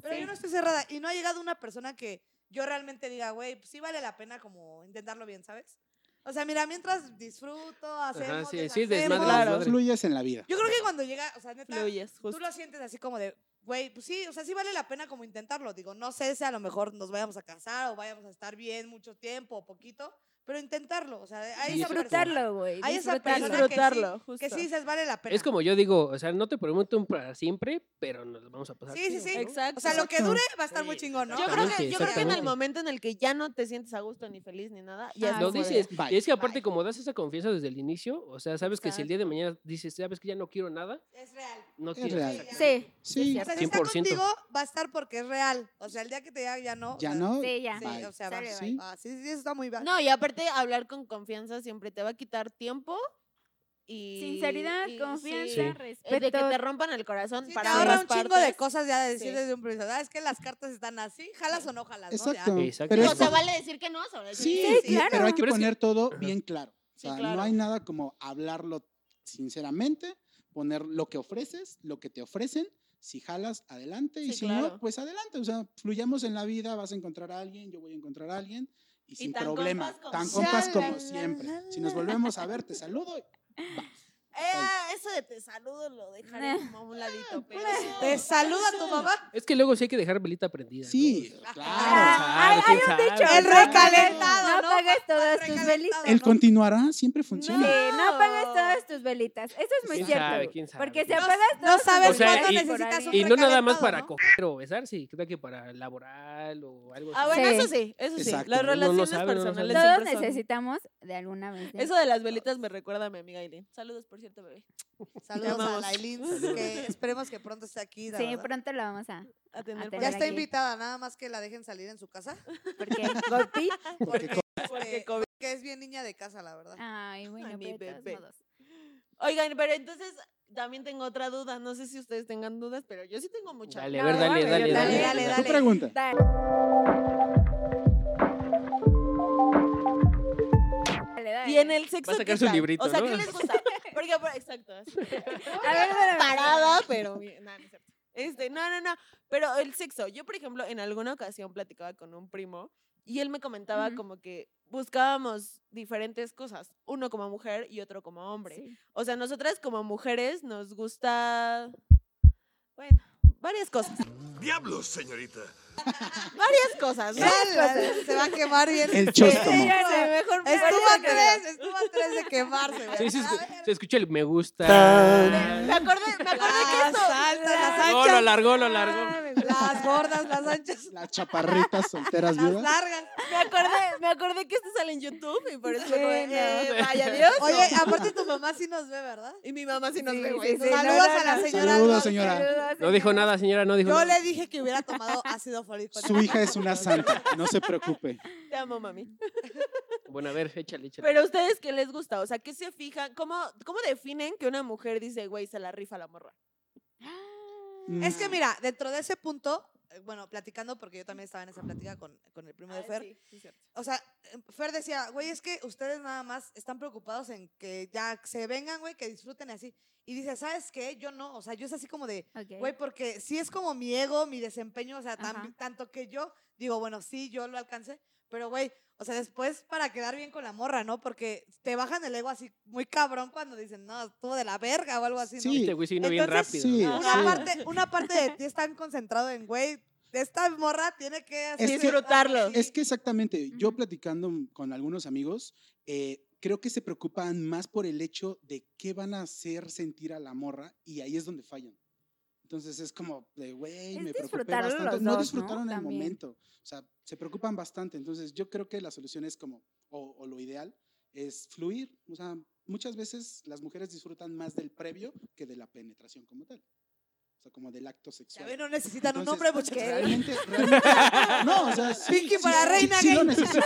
A: Pero
C: Sí.
A: yo no estoy cerrada y no ha llegado una persona que yo realmente diga, güey, pues sí vale la pena como intentarlo bien, ¿sabes? O sea, mira, mientras disfruto, hacemos,
E: sí, sí,
A: deshacemos.
E: desmadre,
B: Claro.
E: desmadre.
D: Fluyes en la vida.
A: Yo creo que cuando llega, o sea, neta,
B: fluyes,
A: tú
B: justo.
A: lo sientes así como de, güey, pues sí, o sea, sí vale la pena como intentarlo. Digo, no sé si a lo mejor nos vayamos a casar o vayamos a estar bien mucho tiempo o poquito, pero intentarlo. O sea, hay esa persona,
C: Disfrutarlo, güey.
A: hay esa persona que
C: Disfrutarlo.
A: sí-
B: Disfrutarlo, justo.
A: que sí dices, vale la pena.
E: Es como yo digo, o sea, no te prometo un para siempre, pero nos lo vamos a pasar.
A: Sí, sí,
E: chido,
A: sí.
E: ¿no?
B: Exacto.
A: O sea, lo que dure va a estar muy
E: Sí,
A: chingón, ¿no?
B: Yo creo, que,
E: Exactamente,
B: yo creo que en el
E: exactamente.
B: momento en el que ya no te sientes a gusto, ni feliz, ni nada, ya
C: Ah,
B: es
E: Lo
B: como de,
E: dices.
D: Bye.
E: Y es que aparte,
B: Bye.
E: como das esa confianza desde el inicio, o sea, sabes que si el día de mañana dices, sabes que ya no quiero nada,
A: Es real.
E: no
D: Es
E: quieres.
D: real.
E: exacto.
C: Sí,
D: Sí,
A: O sea,
C: cierto.
A: si está
E: 100%.
A: contigo, va a estar porque es real. O sea, el día que te diga ya no. o
D: ya
A: sea,
D: no.
C: sí, ya.
A: Sí,
D: Bye.
A: o sea, va.
C: Sale,
D: Sí.
A: Ah, sí, sí, eso está muy bien.
B: No, y aparte hablar con confianza siempre te va a quitar tiempo y
C: Sinceridad,
B: y sí,
C: confianza,
E: Sí.
B: eh,
C: respeto.
B: De que te rompan el corazón
A: Sí, te
B: para
A: ahorra
B: ambas
A: un chingo de
B: partes.
A: cosas ya de decir
B: Sí.
A: desde un principio. ¿Sabes que las cartas están así? ¿Jalas o no jalas? no? Ya.
D: Exacto.
E: Exacto.
D: Pero
B: Digo,
D: es
E: Exacto.
B: se
D: como-
B: vale decir que no, sobre decir
D: Sí,
C: Sí,
D: y- pero hay que
E: Pero es que-
D: poner todo
E: Ajá.
D: bien claro. O
B: Sí,
D: sea,
B: claro.
D: no hay nada como hablarlo sinceramente, poner lo que ofreces, lo que te ofrecen. Si jalas, adelante. y
B: Sí,
D: si
B: claro.
D: no, pues adelante. O sea, fluyamos en la vida, vas a encontrar a alguien, yo voy a encontrar a alguien. Y, sin
B: tan
D: problema,
B: compas como
D: tan
B: siempre.
A: La,
D: compas como
A: la,
D: siempre.
A: la,
D: Si nos
A: la.
D: volvemos a ver, te saludo.
B: "Ah, eso de te saludo lo dejaré como a un ladito, pero
A: Te saluda tu mamá.
E: Es que luego sí hay que dejar velita prendida. ¿no?
D: Sí,
E: O sea,
D: claro.
E: sabe,
C: Ah, hay, hay
E: Ah, quién
C: un dicho.
E: sabe.
A: El
C: ¿no?
A: recalentado,
C: No
A: ¿no?
C: apagues todas tus
A: recalentado.
C: velitas.
D: El continuará siempre
C: Sí,
D: funciona.
C: no apagues
B: No.
C: todas tus velitas. Eso es muy
E: ¿Quién
C: cierto.
E: sabe? ¿Quién sabe?
C: Porque si
E: No-
C: apagas
A: no
C: todas tus
A: sabes
E: O sea,
C: velitas
E: cuánto
C: por ahí-
A: necesitas un
E: Y no nada más
A: recalentado,
E: para
A: ¿no?
E: coger o besar, sí, creo que para laboral o algo
B: Ah, bueno,
C: Sí.
B: eso sí, eso sí.
D: Exacto,
B: Las
E: uno no
B: relaciones
E: sabe, uno no sabe.
B: personales
C: Todos
B: siempre son-
C: necesitamos de alguna vez. de-
B: Eso de las velitas me recuerda a mi amiga Aileen. Saludos, por cierto, bebé.
A: Saludos a
B: amamos.
A: la Aileen,
E: Saludos.
A: que esperemos que pronto esté aquí. la
C: Sí,
A: verdad.
C: pronto lo vamos a.
B: A tener
C: Ya
A: Ya
B: por
C: Por
A: está
B: aquí.
C: aquí.
A: invitada, nada más que la dejen salir en su casa. este,
C: Porque Gopi.
A: Porque,
B: Porque
A: este,
B: COVID.
A: porque es bien niña de casa, la verdad.
C: Ay, bueno,
B: mi
C: pero de todos
B: bebé.
C: modos.
B: Oigan, pero entonces también tengo otra duda. No sé si ustedes tengan dudas, pero yo sí tengo muchas.
E: Dale, a
C: No,
E: ver, dale,
C: pero
E: dale,
C: yo-
E: dale.
A: Dale, dale,
D: Tu
A: dale.
D: pregunta.
C: Dale, dale, dale.
B: Y en el sexo.
E: Va a sacar
B: ¿qué
E: su
B: tal?
E: librito,
B: O sea,
E: ¿no?
B: ¿qué les gusta? Porque, por- exacto. así.
C: A ver, espérame.
B: Parada, pero. bien, nada, no es cierto. Este, no, no, no. Pero el sexo. Yo, por ejemplo, en alguna ocasión platicaba con un primo y él me comentaba
C: Ujú.
B: como que buscábamos diferentes cosas. Uno como mujer y otro como hombre.
C: Sí.
B: O sea, nosotras como mujeres nos gusta. Bueno, varias cosas.
F: Diablos, señorita.
B: Varias cosas, ¿no?
A: Ya, la- Se va a quemar bien.
D: El
C: Sí,
D: chóstomo.
C: pues. ya sé, mejor me
A: Estuvo a
C: parece que-
A: tres, estuvo a tres de quemarse.
E: Sí, se,
A: ¿verdad?
E: escu- se escucha el me gusta.
B: Me acordé, me acordé que
A: Las
B: esto.
A: altas, las
E: No,
A: anchas,
E: lo largó, lo largó.
A: las gordas, las anchas,
D: Las chaparritas solteras
A: las
D: viudas.
A: largas.
E: Ah,
B: Me acordé, me acordé que esto sale en YouTube y por eso fue como,
C: Sí, no.
B: eh, vaya Dios.
A: Oye, aparte tu mamá sí nos ve, ¿verdad?
B: Y mi mamá sí nos
C: Sí,
B: ve,
C: sí,
B: güey.
C: sí,
B: entonces-
A: Saludos
C: no, no,
A: a la
C: no.
A: señora.
D: Saludos,
A: Alba.
D: señora.
C: Saludos,
E: No dijo
C: señora.
E: nada, señora, no dijo
A: Yo
E: nada.
A: le dije que hubiera tomado ácido fólico.
D: Su hija es una santa, no se preocupe.
B: Te amo, mami.
E: Bueno, a ver, échale, échale.
B: Pero a ustedes, ¿qué les gusta? O sea, ¿qué se fijan? ¿Cómo, cómo definen que una mujer dice, güey, se la rifa la morra?
D: Mm.
A: Es que mira, dentro de ese punto, eh, bueno, platicando, porque yo también estaba en esa plática con, con el primo
C: Ah,
A: de Fer.
B: sí, sí, cierto.
A: O sea, eh, Fer decía, güey, es que ustedes nada más están preocupados en que ya se vengan, güey, que disfruten así. Y dice, ¿sabes qué? Yo no, o sea, yo es así como de,
C: Ok.
A: Güey, porque sí es como mi ego, mi desempeño, o sea, tan-
C: Ajá.
A: tanto que yo digo, bueno, sí, yo lo alcancé, pero güey, o sea, después para quedar bien con la morra, ¿no? Porque te bajan el ego así muy cabrón cuando dicen, no, estuvo de la verga o algo así, ¿no?
D: Sí,
E: Este güey sí vino bien
A: Entonces,
E: rápido.
D: sí,
E: ¿no?
A: Una,
D: sí.
A: parte, una parte de ti es tan concentrado en, güey, esta morra tiene que hacer-
D: que-
B: Disfrutarlo.
D: Es que exactamente, yo
C: Ujú.
D: platicando m- con algunos amigos, eh, creo que se preocupan más por el hecho de qué van a hacer sentir a la morra y ahí es donde fallan. Entonces es como, de, güey,
C: Es
D: me preocupé
C: disfrutarlo
D: bastante.
C: los
D: no
C: dos, ¿no?
D: disfrutaron el
C: También.
D: momento. O sea, se preocupan bastante. Entonces yo creo que la solución es como, o, o lo ideal, es fluir. O sea, muchas veces las mujeres disfrutan más del previo que de la penetración como tal. O sea, como del acto
A: Ya
D: sexual.
A: ven, no necesitan un hombre, pues,
D: Entonces,
A: muchachos.
D: Realmente, realmente. No, o sea, sí.
A: Vicky
D: sí,
A: para
D: sí,
A: reina
D: sí lo
A: gay.
D: necesita.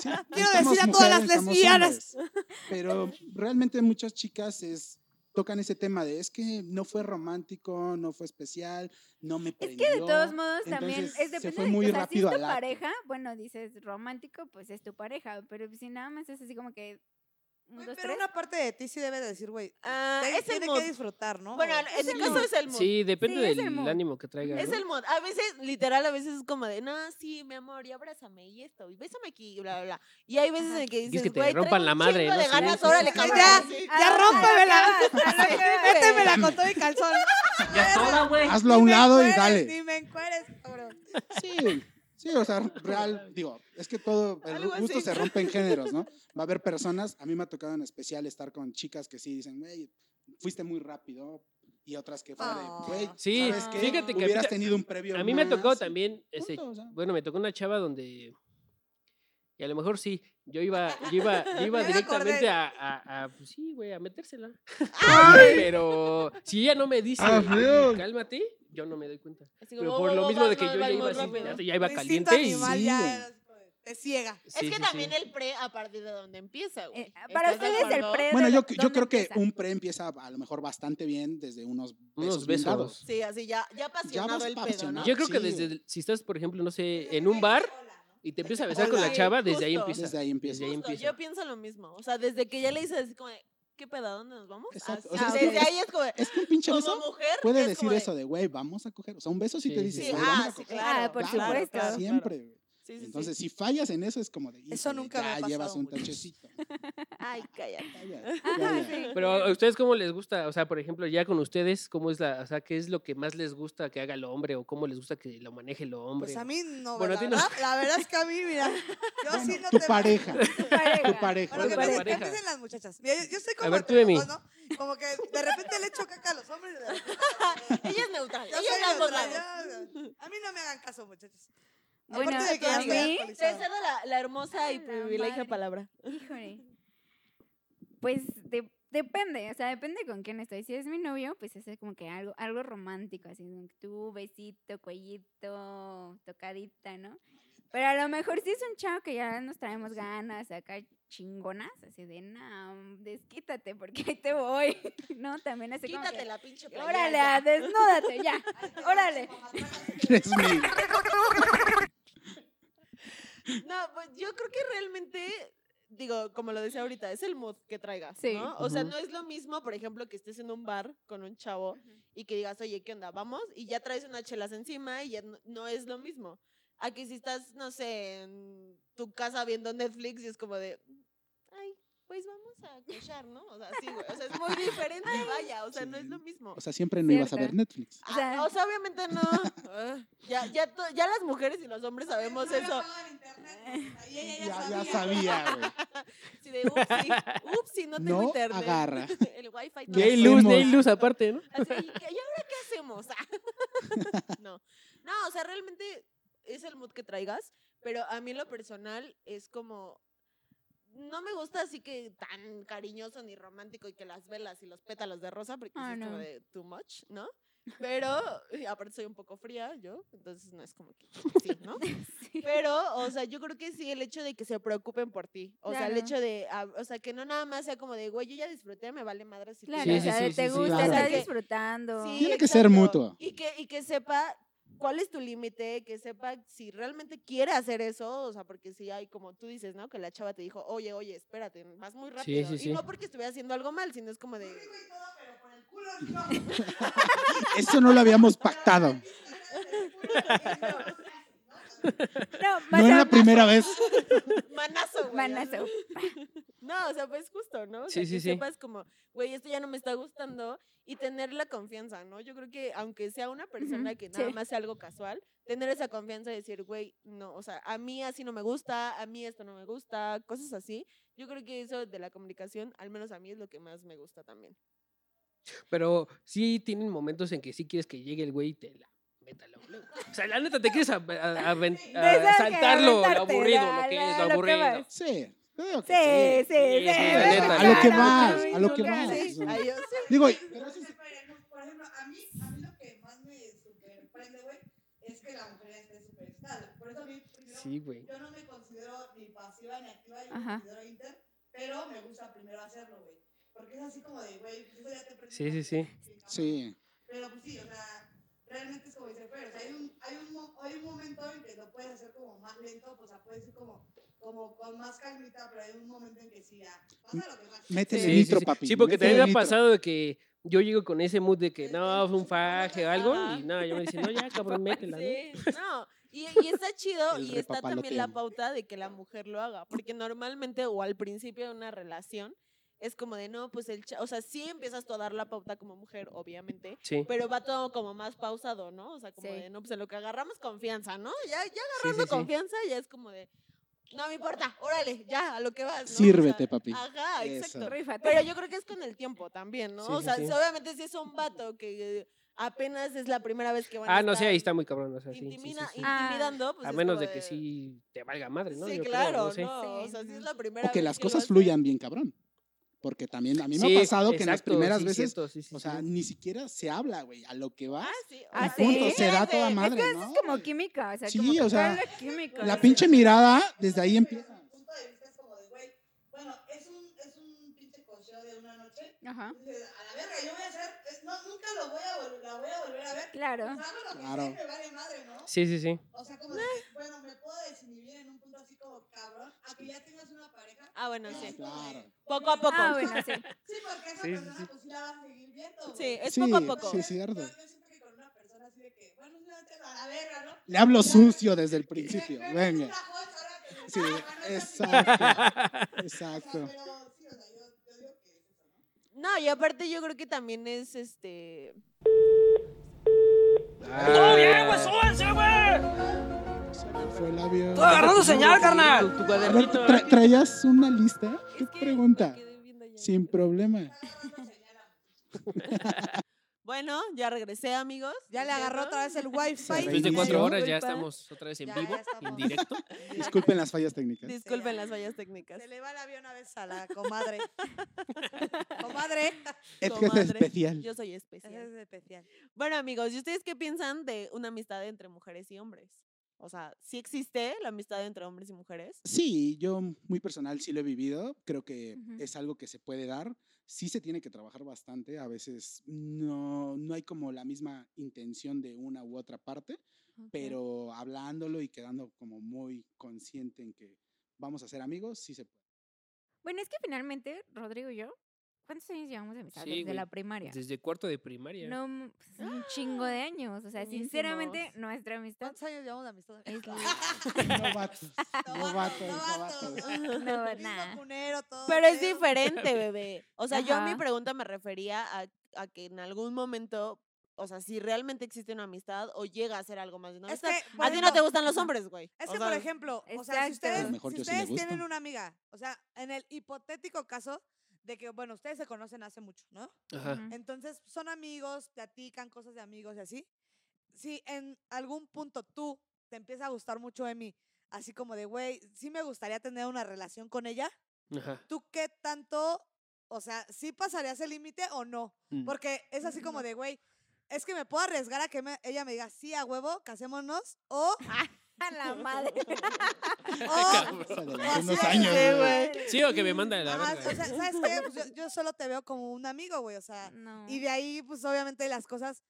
D: Sí,
A: Quiero
D: necesitamos
A: decir a todas las
D: necesitamos
A: lesbianas.
D: hombres. Pero realmente muchas chicas es tocan ese tema de es que no fue romántico, no fue especial, no me
C: Es
D: prendió.
C: que de todos modos también
D: Entonces,
C: es
D: se
C: depende
D: fue
C: de
D: muy
C: o sea, si
D: rápido
C: es
D: al
C: tu
D: acto.
C: pareja, bueno, dices romántico, pues es tu pareja, pero si nada más es así como que Un,
A: Güey,
C: dos,
A: pero
C: tres.
A: una parte de ti sí debe de decir, güey,
B: Ah,
A: te-
B: es el
A: tiene
B: mood.
A: que disfrutar, ¿no?
B: Bueno,
A: O-
B: en mi caso es el mood.
E: Sí, depende
C: Sí, es el
E: del
C: mood.
E: ánimo que traiga.
B: Es
E: ¿no?
B: el mod. A veces, literal, a veces es como de, no, sí, mi amor, y abrázame, y esto, y bésame aquí, y bla, bla, bla. Y hay veces
C: Ajá.
B: en que
E: es
B: dices,
E: que te
B: güey, traigo
E: rompan la
B: un
E: madre,
B: chingo
E: ¿no?
B: de
E: Sí,
B: ganas,
E: sí,
B: órale,
E: sí.
B: cabrón.
A: Ya.
B: así.
C: Ah,
A: ya
C: a lo
A: rómpemela.
C: que vas, a lo que vas.
A: Métemela con todo y calzón.
E: Ya sola, güey.
D: Hazlo a un lado y dale.
A: Ni me encueres, cabrón.
D: Sí, sí, o sea, real, digo, es que todo, el
B: Algo
D: gusto
B: así.
D: se rompe en géneros, ¿no? Va a haber personas, a mí me ha tocado en especial estar con chicas que sí dicen, güey, fuiste muy rápido, y otras que fuera
A: Ah.
D: de, güey,
E: Sí,
D: ¿sabes qué?
E: fíjate que a mí,
D: Hubieras
E: ta-
D: tenido un previo
E: a mí me ha
D: más
E: tocado
D: y
E: también, este,
D: punto, o sea.
E: bueno, me tocó una chava donde, y a lo mejor sí, yo iba, yo iba, yo iba
A: Ya me acordé.
E: directamente a, a, a, pues sí, güey, a metérsela. Pero si ella no me dice,
F: Ah, feo.
E: cálmate, yo no me doy cuenta.
B: Así como,
E: Pero
B: "Wow,
E: por
B: wow,
E: lo
B: wow,
E: mismo de
B: vas
E: que
B: más,
E: yo ya
B: vas
E: iba,
B: más
E: así,
B: rápido".
E: ya, ya iba
A: Tu instinto
E: caliente. y-
A: animal
D: Sí,
A: ya
D: güey.
A: es como de- te ciega.
E: Sí,
B: es que
E: sí, sí.
B: también el pre, a partir de donde empieza, güey.
C: Eh, para
B: ¿Estás de
C: ustedes el
B: acuerdo?
C: pre.
D: Bueno,
C: de
D: yo,
C: do-
D: yo
C: ¿dónde
D: creo que
C: empieza?
D: un pre empieza a lo mejor bastante bien desde unos besos.
E: Unos
D: bien
E: besos.
D: dados.
B: Sí, así ya, ya apasionado
D: vas
B: el pedo, ¿no?
D: apasionado.
E: Yo creo que
D: Sí,
E: desde,
D: güey.
E: el- si estás, por ejemplo, no sé, en un bar y te empiezas a besar con la
B: Hola.
E: chava, desde ahí
B: Justo.
E: empieza.
D: Desde ahí empieza.
E: Desde ahí
B: Justo,
E: empieza.
B: Yo pienso lo mismo. O sea, desde que ya le hice así como de, ¿qué pedo? ¿A dónde nos vamos?
D: Exacto,
B: Así,
D: o sea,
B: ah,
D: es que-
B: desde ahí es como, de,
D: Es que un pinche
B: como
D: beso
B: mujer.
D: puede
B: es
D: decir
B: como de-
D: eso de, güey, vamos a coger. O sea, un beso sí,
E: Sí,
D: te
E: sí,
D: dice,
E: sí.
D: güey, vamos
B: Ah,
D: a
B: sí,
D: coger.
B: claro.
C: Ah, por
D: Claro,
C: supuesto.
B: claro,
D: Siempre.
B: claro.
D: güey.
B: Sí, sí, sí.
D: Entonces, si fallas en eso, es como de.
A: Eso
D: "Híjole,
A: nunca me
D: ya
A: ha
D: llevas
A: pasado
D: un
A: mucho".
D: tachecito.
B: Ay, cállate.
D: Ya, ya,
C: Ajá,
D: ya, ya.
C: sí.
E: Pero a ustedes cómo les gusta, o sea, por ejemplo, ya con ustedes, ¿cómo es la, o sea, qué es lo que más les gusta que haga el hombre o cómo les gusta que lo maneje el hombre?
A: Pues a
E: o-
A: mí no, bueno,
E: Bueno, a ti
A: la,
E: no.
A: verdad, la verdad es que a mí, mira, yo sí
D: Bueno,
A: no
D: tu
A: te...
D: pareja.
C: Tu pareja.
D: Tu pareja.
A: Bueno, que, empiecen-
E: Bueno, tu
A: que
E: pareja.
A: empiecen las muchachas. Mira, yo, yo soy como...
E: ver,
A: entre
E: tú,
A: los
E: Emi.
A: dos, ¿no? Como que de repente le echo caca a los hombres. y de repente
B: Ella es neutral.
A: yo
B: Ella
A: soy
B: es de ambos
A: neutral,
B: lados.
A: yo- A mí no me hagan caso, muchachos.
C: Bueno,
A: Aparte de que ya
C: ¿a
A: estoy
C: mí?
B: Te
A: alcoholizada.
B: cedo la, la hermosa y
C: Ah, la
B: privilegia
C: madre.
B: palabra.
C: Híjole. Pues de- depende, o sea, depende con quién estoy. Si es mi novio, pues es como que algo, algo romántico, así como que tú, besito, cuellito, tocadita, ¿no? Pero a lo mejor si es un chavo que ya nos traemos ganas acá chingonas, así de, no, desquítate porque ahí te voy, ¿no? También así como que,
B: Quítate la pinche playera.
C: órale,
B: ya.
C: a- desnúdate ya, órale.
D: Eres mi-
B: No, pues yo creo que realmente, digo, como lo decía ahorita, es el mood que traigas,
C: Sí.
B: ¿no? O sea,
E: Ujú.
B: no es lo mismo, por ejemplo, que estés en un bar con un chavo y que digas, oye, ¿qué onda? Vamos, y ya traes unas chelas encima y ya no, no es lo mismo. Aquí si estás, no sé, en tu casa viendo Netflix y es como de, ay, pues vamos a cochar, ¿no? O sea, sí, güey. O sea, es muy diferente, vaya, o sea, no es lo
D: Sí.
B: mismo.
D: O sea, siempre no ibas a
C: Cierto.
D: ver Netflix.
B: Ah, O sea,
C: sea-
B: obviamente no. Ah, ya, ya, to- ya las mujeres y los hombres sabemos eso.
A: pues,
D: Ya, ya sabía, güey.
B: Así de, upsi, upsi, no tengo
D: No
B: internet.
D: agarra.
B: El wifi no.
E: Y hay
D: ¿Qué
E: luz,
D: hacemos?
E: y hay luz aparte, ¿no?
B: Así, ¿y, qué- y ahora qué hacemos? Ah. no. No, o sea, realmente es el mood que traigas, pero a mí en lo personal es como. No me gusta así que tan cariñoso ni romántico y que las velas y los pétalos de rosa, porque sí
C: Ah,
B: es como
C: no.
B: de too much, ¿no? Pero, y aparte soy un poco fría yo, entonces no es como que sí, ¿no?
C: Sí.
B: Pero, o sea, yo creo que sí, el hecho de que se preocupen por ti. O sea, el
C: Claro.
B: hecho de, ah, o sea, que no nada más sea como de, güey, yo ya disfruté, me vale madre si tú
C: Claro,
E: Sí,
C: o
E: sí,
C: sea,
E: sí,
C: de
E: sí,
C: te
E: sí,
C: gusta,
D: claro.
C: estás
B: Porque-
C: disfrutando.
B: Sí,
D: Tiene que ser mutuo.
B: Y que, y que sepa cuál es tu límite, que sepa si realmente quiere hacer eso, o sea, porque si hay, como tú dices, ¿no? Que la chava te dijo, oye, oye, espérate, vas muy rápido.
E: sí, sí.
B: Y no porque estuviera haciendo algo mal, sino es como de...
D: Eso no lo habíamos pactado.
C: No,
D: No era la primera vez.
B: Manazo, güey.
C: Manazo.
B: No, o sea, pues justo, ¿no? O
E: Sí,
B: sea,
E: sí,
B: que
E: sí.
B: sepas como, güey, esto ya no me está gustando y tener la confianza, ¿no? Yo creo que aunque sea una persona que nada
C: sí.
B: más sea algo casual, tener esa confianza de decir, güey, no, o sea, a mí así no me gusta, a mí esto no me gusta, cosas así. Yo creo que eso de la comunicación, al menos a mí es lo que más me gusta también.
E: Pero sí tienen momentos en que sí quieres que llegue el güey y te la meta luego, luego. O sea, la neta te quieres a, a- a- aven- a
C: Deja que
E: saltarlo, lo
C: aventarte,
E: aburrido,
C: la-
E: lo que es,
C: la-
E: lo
C: lo que
E: aburrido.
C: vas.
D: Sí. creo que
C: Sí, sí, sí.
E: Sí, sí, sí,
C: sí,
E: la
C: sí,
E: neta,
C: sí,
E: a lo que
C: claro,
D: vas,
C: sí,
D: a lo que
C: sí,
D: vas.
C: sí.
D: Sí.
B: Ay, yo-
D: Digo,
A: Por ejemplo, a mí, a mí lo que más me sorprende, güey, es que la mujer esté súper estable. Por eso a mí, primero,
E: Sí, güey.
A: yo no me considero ni pasiva ni activa, yo
C: Ajá.
A: me considero inter, pero me gusta primero hacerlo, güey. Porque es así como de, güey, pues eso ya te
E: Sí, sí, sí.
A: prende.
D: Sí.
A: Pero pues sí, o sea, realmente es como dice Fer, o sea, hay un, hay un, mo- hay un momento en que lo puedes hacer como más lento, pues, o sea, puedes ir como, como con más calmita, pero hay un momento en que sí, ya, pasa lo que pasa.
D: Métele
E: Sí, sí,
D: nitro,
E: sí.
D: papi.
E: Sí, porque
D: métele
E: también me ha
D: nitro.
E: pasado de que yo llego con ese mood de que no, fue un faje o algo,
B: Ajá.
E: y no, yo me dicen, no, ya, cabrón, métela. ¿no?
B: Sí, no. Y, y está chido
D: El
B: y está también la
D: repapaloteando.
B: pauta de que la mujer lo haga, porque normalmente o al principio de una relación es como de no, pues el, cha- o sea, sí empiezas tú a dar la pauta como mujer, obviamente,
E: Sí.
B: pero va todo como más pausado, ¿no? O sea, como
C: Sí.
B: de no, pues en lo que agarramos confianza, ¿no? Ya, ya
E: sí,
B: agarrando
E: sí.
B: confianza ya es como de no me importa, órale, ya, a lo que vas, ¿no? O sea,
D: Sírvete, papi.
B: Ajá, exacto.
D: Eso.
C: Rífate.
B: Pero yo creo que es con el tiempo también, ¿no?
E: Sí,
B: o
E: sí,
B: sea,
E: sí.
B: si obviamente si es un vato que eh, apenas es la primera vez que van a
E: Ah, no sé, ahí
B: estar
E: está muy cabrón. O sea, sí, sí, sí,
B: intimida-
E: sí.
C: Ah,
B: intimidando, pues
E: a
B: es
E: menos
B: como
E: de que sí te valga madre, ¿no?
B: sí,
E: Yo creo,
B: claro,
E: no sé.
B: no, O sea, si es la primera
D: O que
B: vez
D: las
B: lo
D: cosas
B: haces.
D: fluyan bien, cabrón. Porque también a mí me
E: Sí,
D: ha pasado que en las
E: exacto,
D: primeras
E: sí,
D: veces,
E: cierto, sí, sí,
D: o sea,
E: sí.
D: ni siquiera se habla, güey, a lo que va.
B: Ah, sí.
C: Ah,
D: y punto,
C: sí,
D: se da toda
B: de-
D: madre,
C: es
D: ¿no?
C: como química, o sea,
D: Sí,
C: como que
D: o sea,
C: todo lo químico,
D: La
C: ¿no?
D: pinche mirada, desde ahí
A: Pero
D: empieza.
A: su punto de vista es como de, güey, bueno, es un, es un pinche cocheo de una noche,
C: Ajá,
A: dices, a la verga, yo voy a hacer, es- no, nunca lo voy a, vol- la voy a volver a ver,
C: claro. Ah,
A: Pues hago lo que
D: Claro.
A: sea y me vale madre, ¿no?
E: Sí, sí, sí.
A: O sea, como, de que, bueno, me puedo desinhibir en un punto así como cabrón, a que ya tengas una pareja.
B: Ah, bueno,
A: es
B: sí.
A: así como de,
D: Claro.
B: Poco a poco.
C: Ah, bueno, sí.
A: Sí, porque esa
E: Sí, sí,
A: persona
E: sí.
A: pues sí la vas a seguir viendo. güey.
B: Sí, es
D: Sí,
B: poco a
A: O
B: poco.
A: sea,
D: sí, cierto.
A: Yo, yo siento que con una persona así de que, bueno, no te a la verga, ¿no?
D: Le hablo
A: Ya,
D: sucio desde el
A: ve-
D: principio.
A: ve- ve
D: Venga.
A: una hot ahora que te-
D: Sí,
A: ah, no es así.
D: exacto.
A: O sea,
D: Exacto.
A: pero sí, o sea, yo, yo digo que es eso, ¿no?
B: No, y aparte yo creo que también es este.
E: ¡Todo bien,
D: Se me fue el avión.
F: agarrando señal, carnal!
E: Tu, tu
D: Tra-
E: cuadernito.
D: tra- ¿Traías una lista?
B: Es que
D: ¿Qué
B: me
D: pregunta?
B: quedé viendo ya.
D: Sin problema.
B: Bueno, ya regresé, amigos.
A: Ya le agarró otra vez el wifi.
E: Después de
D: Reinicio.
E: cuatro horas ya
B: Disculpa.
E: estamos otra vez en
A: Ya,
E: vivo,
A: ya estamos.
E: en directo.
D: Disculpen las fallas técnicas.
B: Disculpen
A: ya.
B: las fallas técnicas.
A: Se le va el avión a vez a la comadre. comadre.
D: Es que es
B: Comadre,
D: especial.
B: Yo soy
A: Ese
B: especial.
A: es especial.
B: Bueno, amigos, ¿y ustedes qué piensan de una amistad entre mujeres y hombres? O sea, ¿sí existe la amistad entre hombres y mujeres?
D: Sí, yo muy personal sí lo he vivido. Creo que
C: Ujú.
D: es algo que se puede dar. Sí se tiene que trabajar bastante. A veces no, no hay como la misma intención de una u otra parte. pero hablándolo y quedando como muy consciente en que vamos a ser amigos, sí se puede.
C: Bueno, es que finalmente, Rodrigo y yo, ¿cuántos años llevamos de amistad?
E: Sí,
C: Desde
E: güey,
C: la primaria.
E: Desde cuarto de primaria.
C: No, m- pues, un chingo de años. O sea, sinceramente,
B: Buenísimos.
C: nuestra amistad
A: ¿Cuántos años llevamos de amistad?
C: es la...
D: Novatos, novatos,
A: novatos.
D: novatos.
C: No,
A: Mismo
C: nada.
A: punero, todo
B: Pero es
A: feo.
B: diferente, bebé. O sea, yo a mi
C: Ajá.
B: pregunta me refería a, a que en algún momento, o sea, si realmente existe una amistad o llega a ser algo más de una
A: Es
B: amistad.
A: que, por
B: a ti no te
A: ejemplo,
B: gustan los
C: Ajá.
B: hombres, güey.
A: Es
B: O
A: que,
B: sea,
A: por ejemplo, o sea, si
C: Exacto. A lo
A: ustedes,
D: mejor
A: si
D: yo sí le
A: ustedes tienen
D: gusto.
A: una amiga, o sea, en el hipotético caso de que, bueno, ustedes se conocen hace mucho, ¿no?
E: Ajá.
C: Ujú.
A: Entonces, son amigos, platican cosas de amigos y así. Si en algún punto tú te empieza a gustar mucho Emi, así como de, güey, sí me gustaría tener una relación con ella,
E: Ajá.
A: ¿tú qué tanto, o sea, sí pasarías el límite o no?
E: Mm.
A: Porque es así como de, güey, es que me puedo arriesgar a que me- ella me diga, sí, a huevo, casémonos, o...
C: A la madre.
A: o
D: Se adelantó
A: Así
D: unos
A: es,
D: años,
A: sí,
D: güey.
E: Sí, o que me manda la
A: Ajá,
E: verga.
A: o sea, ¿sabes qué? Pues yo, yo solo te veo como un amigo, güey, o sea,
C: No.
A: y de ahí, pues obviamente las cosas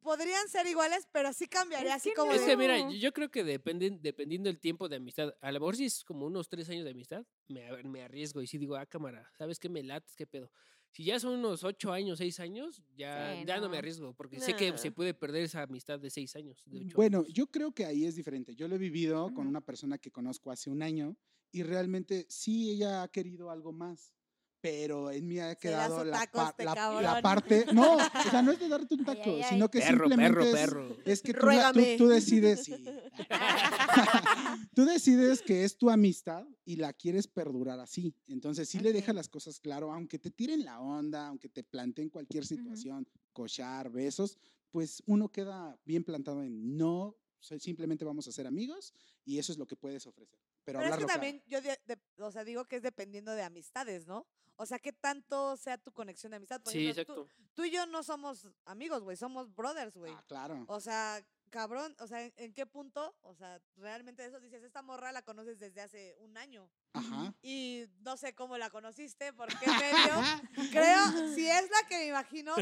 A: podrían ser iguales, pero sí cambiaría,
C: Es
A: así
C: que
A: como
E: Es
A: de-
E: que mira,
C: No.
E: yo- yo creo que dependen- dependiendo del tiempo de amistad, a lo mejor si es como unos tres años de amistad, me, a- me arriesgo y si digo, ah, cámara, ¿sabes qué me lates? ¿Qué pedo? Si ya son unos ocho años, seis años, ya,
C: Sí,
E: ya no. me
C: no.
E: arriesgo, porque sé que se
B: Nah.
E: puede perder esa amistad de seis años. de pues ocho
D: Bueno,
E: años.
D: yo creo que ahí es diferente. Yo lo he vivido con
C: Ujú.
D: una persona que conozco hace un año y realmente sí ella ha querido algo más. Pero en mí ha quedado la,
A: tacos,
D: par-
A: este
D: la- la
A: cabrón.
D: parte. No, o sea, no es de darte un
C: Ay,
D: taco,
C: ay, ay.
D: sino que
E: perro,
D: simplemente
E: perro,
D: es-
E: perro.
D: Es que tú, la- tú-
B: Ruégame.
D: tú decides. sí. tú decides que es tu amistad y la quieres perdurar así. Entonces, sí le dejas
C: Ok.
D: las cosas claro, aunque te tiren la onda, aunque te planteen cualquier situación, cochar, besos, pues uno queda bien plantado en no, so- simplemente vamos a ser amigos y eso es lo que puedes ofrecer.
A: Pero
D: Pero,
A: es que
D: hablarlo claro.
A: también yo, de- de-
G: o sea, digo que es dependiendo de amistades, ¿no? O sea, qué tanto sea tu conexión de amistad. Por
E: Sí,
G: ejemplo, tú-
E: exacto.
G: tú y yo no somos amigos, güey, somos brothers, güey.
D: Ah, claro.
G: O sea, cabrón, o sea, ¿en, en qué punto? O sea, realmente eso dices, esta morra la conoces desde hace un año
D: Ajá.
G: y no sé cómo la conociste, por qué medio. Creo, si es la que me imagino,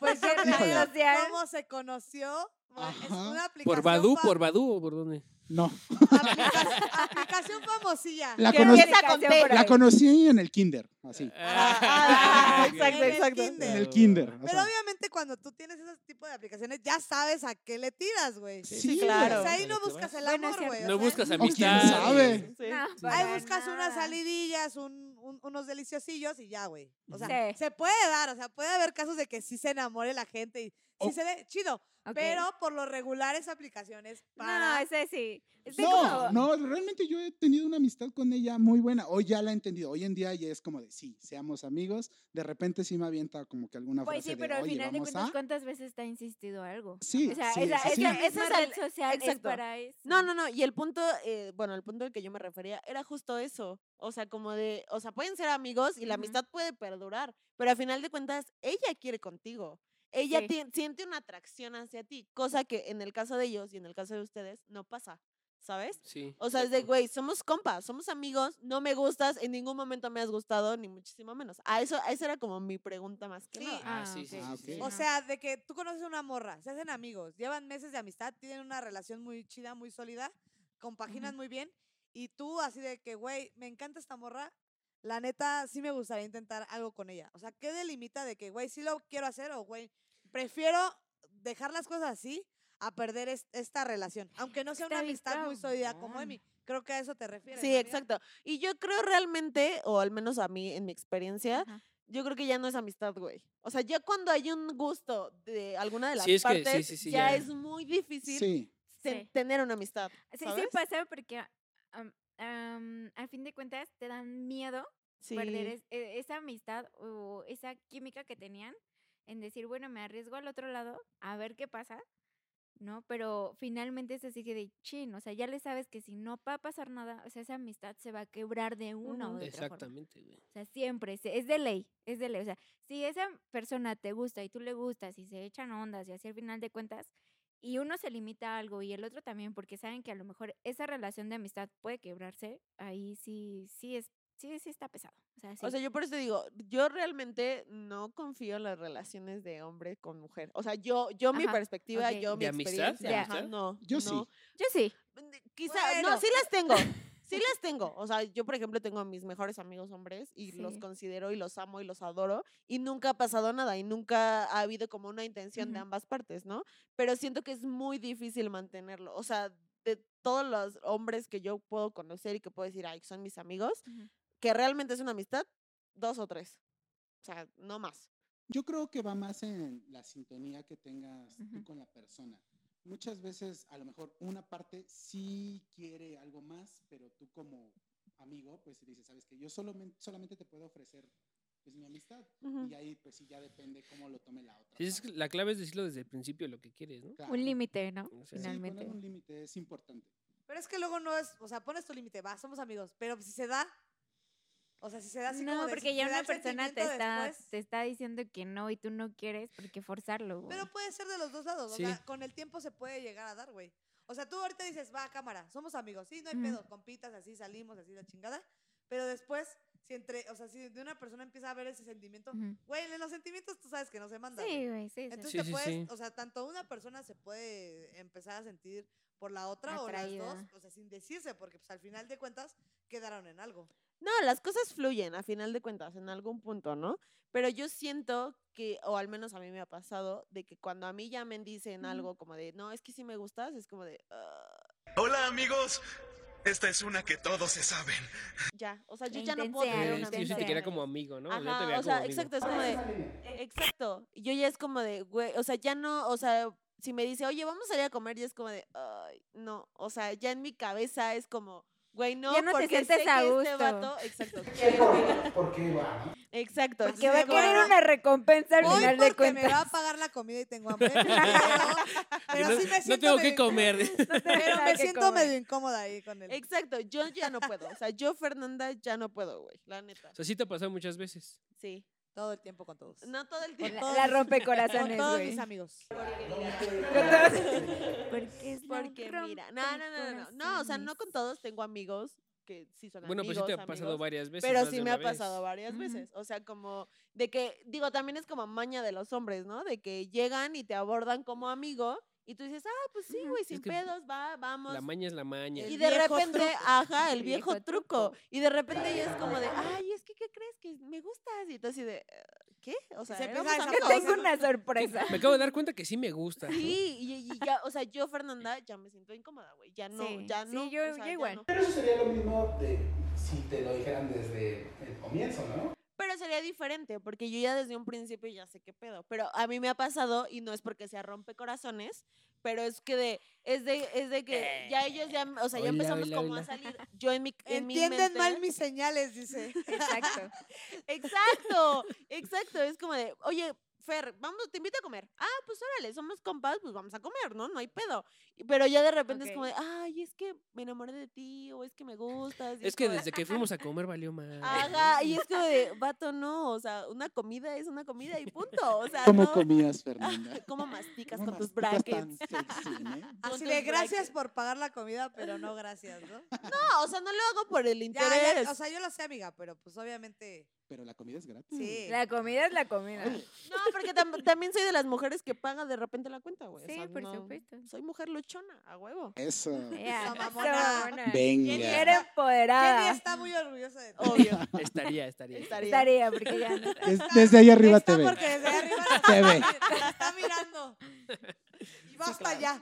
G: pues yo
C: Red
G: creo
C: social.
G: cómo se conoció. bueno, Es
D: Ajá.
G: una aplicación.
E: ¿Por Badu,
G: fa-
E: por Badu o por dónde?
D: No.
G: aplicación, aplicación famosilla.
D: La,
B: Que
D: cono-
B: empieza con
C: aplicación
B: T.
C: por
D: la
C: ahí.
D: conocí en el kinder, así.
B: Ah,
E: ok.
B: exacto,
G: En el
B: exacto.
G: kinder.
D: En el kinder. o
G: Pero
D: sea,
G: obviamente cuando tú tienes ese tipo de aplicaciones ya sabes a qué le tiras, güey.
D: Sí,
B: sí,
D: güey.
B: claro.
G: O sea, ahí
E: ¿A lo
G: no
E: que
G: buscas
E: vas?
G: el
C: Bueno, es
G: amor, güey.
C: cierto.
G: o
E: No
G: sea,
E: buscas
D: quién
E: amistad.
D: sabe.
B: Sí.
C: No, para
G: Ahí buscas unas
C: nada.
G: salidillas, un- un- unos deliciosillos y ya, güey. O sea,
C: Sí.
G: se puede dar, o sea, puede haber casos de que sí se enamore la gente y sí
D: Oh.
G: se dé chido,
C: Ok.
G: pero por lo regular esas aplicaciones
C: No, no,
G: para...
C: ese sí. Este
D: No,
C: como-
D: no, realmente yo he tenido una amistad con ella muy buena. Hoy ya la he entendido. Hoy en día ya es como de sí, seamos amigos. De repente sí me avienta como que alguna
C: Pues
D: frase
C: sí, pero
D: de,
C: al
D: "Oye,
C: final de
D: vamos
C: cuentas,
D: a".
C: ¿cuántas veces te ha insistido algo?
D: Sí,
C: O sea,
D: sí,
C: esa,
D: sí, sí.
B: Ese
C: esa, misma
B: es el-
C: red social es
B: exacto.
C: para eso.
B: No, no, no. Y el punto, eh, bueno, el punto al que yo me refería era justo eso. O sea, como de, o sea, pueden ser amigos y la
C: Ujú.
B: amistad puede perdurar, pero al final de cuentas, ella quiere contigo. Ella
C: Sí.
B: tien- siente una atracción hacia ti, cosa que en el caso de ellos y en el caso de ustedes no pasa, ¿sabes?
E: Sí.
B: O sea, es de,
E: exacto.
B: güey, somos compas, somos amigos, no me gustas, en ningún momento me has gustado, ni muchísimo menos. A eso, a esa era como mi pregunta más que
G: Sí.
B: nada.
E: Ah,
C: Ah,
E: sí, sí,
C: ok.
E: sí,
D: Ah,
E: sí,
D: ok.
E: sí.
G: O sea, de que tú conoces a una morra, se hacen amigos, llevan meses de amistad, tienen una relación muy chida, muy sólida, compaginan
C: Ujú.
G: muy bien, y tú así de que, güey, me encanta esta morra, la neta sí me gustaría intentar algo con ella. O sea, ¿qué delimita de que, güey, sí lo quiero hacer o, güey, prefiero dejar las cosas así a perder es- esta relación? Aunque no sea una
C: Está bien
G: amistad muy sólida como
C: cabrón.
G: Emi, creo que a eso te refieres.
B: Sí,
G: ¿no, amiga?
B: exacto. Y yo creo realmente, o al menos a mí, en mi experiencia,
C: Ajá.
B: yo creo que ya no es amistad, güey. O sea, ya cuando hay un gusto de alguna de las
E: Sí, es que sí,
B: partes,
E: sí, sí,
B: ya,
E: ya.
B: es muy difícil
D: Sí,
B: ten-
C: Sí.
B: tener una amistad.
C: Sí, sí
B: ¿sabes?
C: pasa porque am, am, al fin de cuentas te dan miedo perder
B: Sí.
C: es- e- esa amistad o esa química que tenían en decir, bueno, me arriesgo al otro lado a ver qué pasa, ¿no? Pero finalmente es así que de chin, o sea, ya le sabes que si no va a pasar nada, o sea, esa amistad se va a quebrar de una
B: Ujú.
C: o de otra forma.
E: Exactamente, güey.
C: O sea, siempre, se- es de ley, es de ley. O sea, si esa persona te gusta y tú le gustas y se echan ondas y así al final de cuentas, y uno se limita a algo y el otro también, porque saben que a lo mejor esa relación de amistad puede quebrarse, ahí sí, sí es, sí, sí está pesado. O sea, sí.
B: O sea, yo por eso te digo, yo realmente no confío en las relaciones de hombre con mujer. O sea, yo, yo mi
C: Ajá,
B: perspectiva,
C: ok.
B: yo mi
E: ¿De amistad?
B: experiencia,
E: ¿De
B: ajá,
E: amistad?
B: no,
D: yo sí.
B: no.
C: yo sí.
B: de- Quizá,
G: Bueno.
B: no, sí las tengo. Sí las tengo. O sea, yo, por ejemplo, tengo a mis mejores amigos hombres y los
C: Sí.
B: considero y los amo y los adoro y nunca ha pasado nada y nunca ha habido como una intención de
C: Ujú.
B: ambas partes, ¿no? Pero siento que es muy difícil mantenerlo. O sea, de todos los hombres que yo puedo conocer y que puedo decir, ay, son mis amigos,
C: Ujú.
B: que realmente es una amistad, dos o tres. O sea, no más.
D: Yo creo que va más en la sintonía que tengas tú
C: Ujú.
D: con la persona. Muchas veces, a lo mejor, una parte sí quiere algo más, pero tú como amigo, pues dices, sabes que yo solamente, solamente te puedo ofrecer pues, mi amistad.
B: Ujú.
C: Mm.
D: Y ahí, pues sí, ya depende cómo lo tome la otra.
E: Sí, es que
D: parte.
E: la clave es decirlo desde el principio lo que quieres, ¿no?
D: Claro.
C: Un límite, ¿no?
E: O sea,
D: Sí,
C: Finalmente.
D: poner un límite es importante.
G: Pero es que luego no es, o sea, pones tu límite, va, somos amigos, pero si se da, o sea, si se da así como
C: No,
G: de-
C: porque
G: si
C: ya
G: se
C: una
G: da el
C: persona te
G: sentimiento
C: está,
G: después-
C: te está diciendo que no y tú no quieres porque forzarlo. güey.
G: Pero puede ser de los dos lados,
E: Sí.
G: o sea, con el tiempo se puede llegar a dar, güey. O sea, tú ahorita dices, va, cámara, somos amigos, sí, no hay
C: Ujú.
G: pedo, compitas, así salimos, así la chingada. Pero después, si entre, o sea, si de una persona empieza a ver ese sentimiento,
C: Ujú.
G: güey, en los sentimientos tú sabes que no se mandan. güey.
C: Sí, güey, sí. sí,
G: pues,
C: sí.
G: Entonces
E: Sí,
G: te
E: sí,
G: puedes,
E: sí.
G: o sea, tanto una persona se puede empezar a sentir por la otra o las
C: Atraída.
G: dos, o sea, sin decirse, porque pues al final de cuentas quedaron en algo.
B: No, las cosas fluyen a final de cuentas, en algún punto, ¿no? Pero yo siento que, o al menos a mí me ha pasado, de que cuando a mí ya me dicen
C: Ujú.
B: algo como de, no, es que sí me gustas, es como de, "Ah,
F: Hola amigos, esta es una que todos se saben.
B: ya, o sea, yo
C: La
B: ya no puedo
C: intensidad,
B: tener
E: Eh,
C: una
E: es
B: una
E: que yo sí
C: amistad.
E: te quería
B: amistad.
E: como amigo, ¿no? yo te
B: Ajá,
E: veía
B: o
E: como
B: sea,
E: amigo.
B: exacto, es como de, exacto, y yo ya es como de, güey, o sea, ya no, o sea, si me dice, oye, vamos a ir a comer, ya es como de, ay, no, o sea, ya en mi cabeza es como, güey, no,
C: Ya no te
B: porque
C: sientes
B: sé
C: a
B: que este
C: gusto".
B: vato, exacto, quiere comer. Exacto,
C: Porque
B: entonces
C: va
B: es
C: a
B: como de,
C: querer una recompensa al
G: Hoy
C: final de
G: porque
C: cuentas.
G: me va a pagar la comida y tengo hambre, pero, Pero
E: no,
G: sí me
E: no
G: siento
E: tengo que
G: medio-
E: comer.
G: Pero
B: nada
G: me
B: que
G: siento
B: comer.
G: medio incómoda ahí con él.
B: Exacto, yo ya no puedo. O sea, yo, Fernanda, ya no puedo, güey. La neta.
E: O sea, sí te ha pasado muchas veces.
B: Sí.
G: Todo el tiempo con todos.
B: No todo el
G: Con
B: tiempo.
G: todos
C: La
G: mis- Con
C: rompecorazones,
G: todos
C: güey.
G: mis amigos.
C: Porque es la
B: Porque mira, no, no, no, no, no. No, o sea, no con
C: rompecorazones.
B: todos. Tengo amigos que sí son
E: Bueno,
B: amigos.
E: pues sí te ha pasado
B: amigos,
E: varias veces.
B: Pero
E: más
B: sí
E: de
B: me
E: una
B: ha pasado
E: vez.
B: varias
C: Ujú.
B: veces. O sea, como de que, digo, también es como maña de los hombres, ¿no? De que llegan y te abordan como amigo y tú dices, ah, pues sí,
C: Ujú.
B: güey,
E: Es
B: sin
E: que
B: pedos, va, vamos.
E: La maña es la maña.
G: El
B: Y de
G: viejo
B: repente,
G: truco.
B: ajá, el
C: El
B: viejo,
C: viejo
B: truco.
C: truco.
B: Y de repente ya es como de, ay, es que, ¿qué crees? Que me gustas. Y tú así de, "Eh, ¿qué? O sea,
G: se
B: éramos
G: empieza a
C: Que
B: amigos".
C: tengo una sorpresa.
E: Me acabo de dar cuenta que sí me gusta.
B: Sí, y, y ya, o sea, yo, Fernanda, ya me siento incómoda, güey. Ya no,
C: Sí,
B: ya
C: sí,
B: no.
C: yo-
B: o
C: yo
B: sea, ya
C: igual.
B: no.
H: Pero eso sería lo mismo de si te lo dijeran desde el comienzo, ¿no?
B: Pero sería diferente, porque yo ya desde un principio ya sé qué pedo. Pero a mí me ha pasado, y no es porque sea rompe corazones, pero es que de, es de, es de que ya ellos ya, o sea, ya
E: Hola,
B: empezamos
E: hola,
B: como
E: hola.
B: a salir. Yo en mi, en mi
G: Entienden
B: mente-
G: mal mis señales, dice.
C: Exacto.
B: Exacto, exacto. Es como de, oye, Fer, vamos, te invito a comer. Ah, pues órale, somos compas, pues vamos a comer, ¿no? No hay pedo. Y- Pero ya de repente es como de, ay, es que me enamoré de ti, o es que me gustas. y
E: Es que
B: como de,
E: desde que fuimos a comer valió más.
B: Ajá, y es como de, vato, no, o sea, una comida es una comida y punto. O sea,
D: ¿Cómo
B: no.
D: comías, Fernanda?
B: ¿Cómo masticas
D: ¿Cómo
B: con tus
D: masticas
B: brackets?
D: tan sexy, eh?
B: Con
G: Así
B: tus
G: de gracias
B: brackets.
G: por pagar la comida, pero no gracias, ¿no?
B: No, o sea, no lo hago por el
G: Ya, ya,
B: interés.
G: o sea, yo lo sé, amiga, pero pues obviamente
D: Pero la comida es gratis.
G: sí.
C: Mm. La comida es la comida.
B: no, porque tam- también soy de las mujeres que paga de repente la cuenta, güey. o
C: Sí,
B: sea,
C: por
B: no-
C: supuesto.
B: Soy mujer luchona, a huevo.
D: Eso.
C: Ya, esa
G: Esa mamona.
C: mamona.
G: Jenny
D: Venga.
G: era-
C: Era
G: Jenny
C: empoderada.
G: está muy orgullosa de ti.
B: Obvio.
E: Estaría, estaría.
B: Estaría.
C: Estaría, porque ya no.
D: Es- desde ahí arriba
G: está
D: te ve.
G: porque desde ahí arriba la
D: Te ve.
G: está, mi- la está mirando. Y va hasta allá.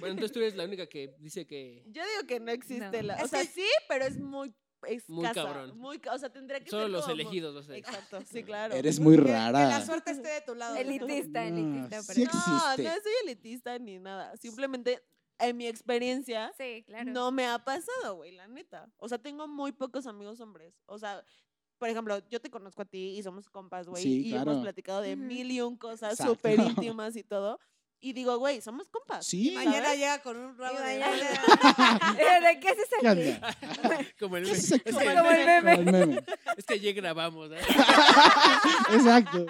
E: Bueno, entonces tú eres la única que dice que
B: Yo digo que no existe
C: No.
B: la. O
G: Es
B: sea,
G: que-
B: sí, pero es muy escasa.
E: Muy cabrón.
B: muy ca- o sea, tendría que
E: solo
B: ser
E: los
B: como-
E: elegidos, los elegidos.
B: Exacto, sí, claro.
D: Eres muy
G: Que- Que
D: rara.
G: la suerte esté de tu lado.
C: Elitista,
D: No,
C: elitista.
D: Mm, sí
C: pero-
D: existe.
B: No, no soy elitista ni nada. Simplemente, en mi experiencia,
C: Sí, claro.
B: no me ha pasado, güey, la neta. O sea, tengo muy pocos amigos hombres. O sea, por ejemplo, yo te conozco a ti y somos compas, güey.
D: Sí,
B: y hemos
D: claro.
B: platicado de
C: Ujú.
B: mil y un cosas
D: Exacto.
B: súper íntimas y todo. Y digo, güey, somos compas.
D: Sí.
G: Mañana llega con un
C: Y
G: ramo de
C: mañana-
G: violetas.
C: ¿De qué haces aquí?
D: ¿Qué onda?
E: Como el
D: ¿Qué
E: meme.
D: haces aquí?
E: Es que-
C: Como el meme.
D: Como el meme.
E: Es que ayer grabamos. ¿eh?
D: Exacto.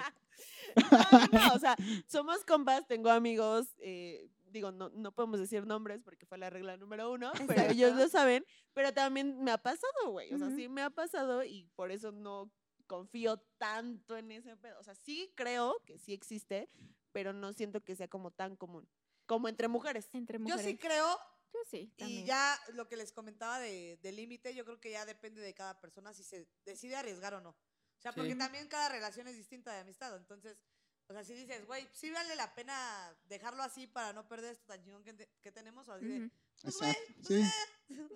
B: No, no, no, o sea, somos compas, tengo amigos, eh, digo, no, no podemos decir nombres porque fue la regla número uno, pero ellos lo
C: Exacto.
B: saben, pero también me ha pasado, güey, o sea,
C: Ujú.
B: sí me ha pasado y por eso no confío tanto en ese pedo, o sea, sí creo que sí existe, pero no siento que sea como tan común, como entre mujeres.
C: Entre
G: Yo
C: mujeres.
G: sí creo,
C: Yo sí,
G: y
C: también.
G: ya lo que les comentaba de, de límite, yo creo que ya depende de cada persona si se decide arriesgar o no. O sea, porque
E: Sí.
G: también cada relación es distinta de amistad. Entonces, o sea, si dices, güey, sí vale la pena dejarlo así para no perder esto tan chingón que, te- que tenemos, o así de,
C: Ujú.
G: pues, güey,
D: Exacto.
G: pues,
D: Sí.
G: eh, ¿no?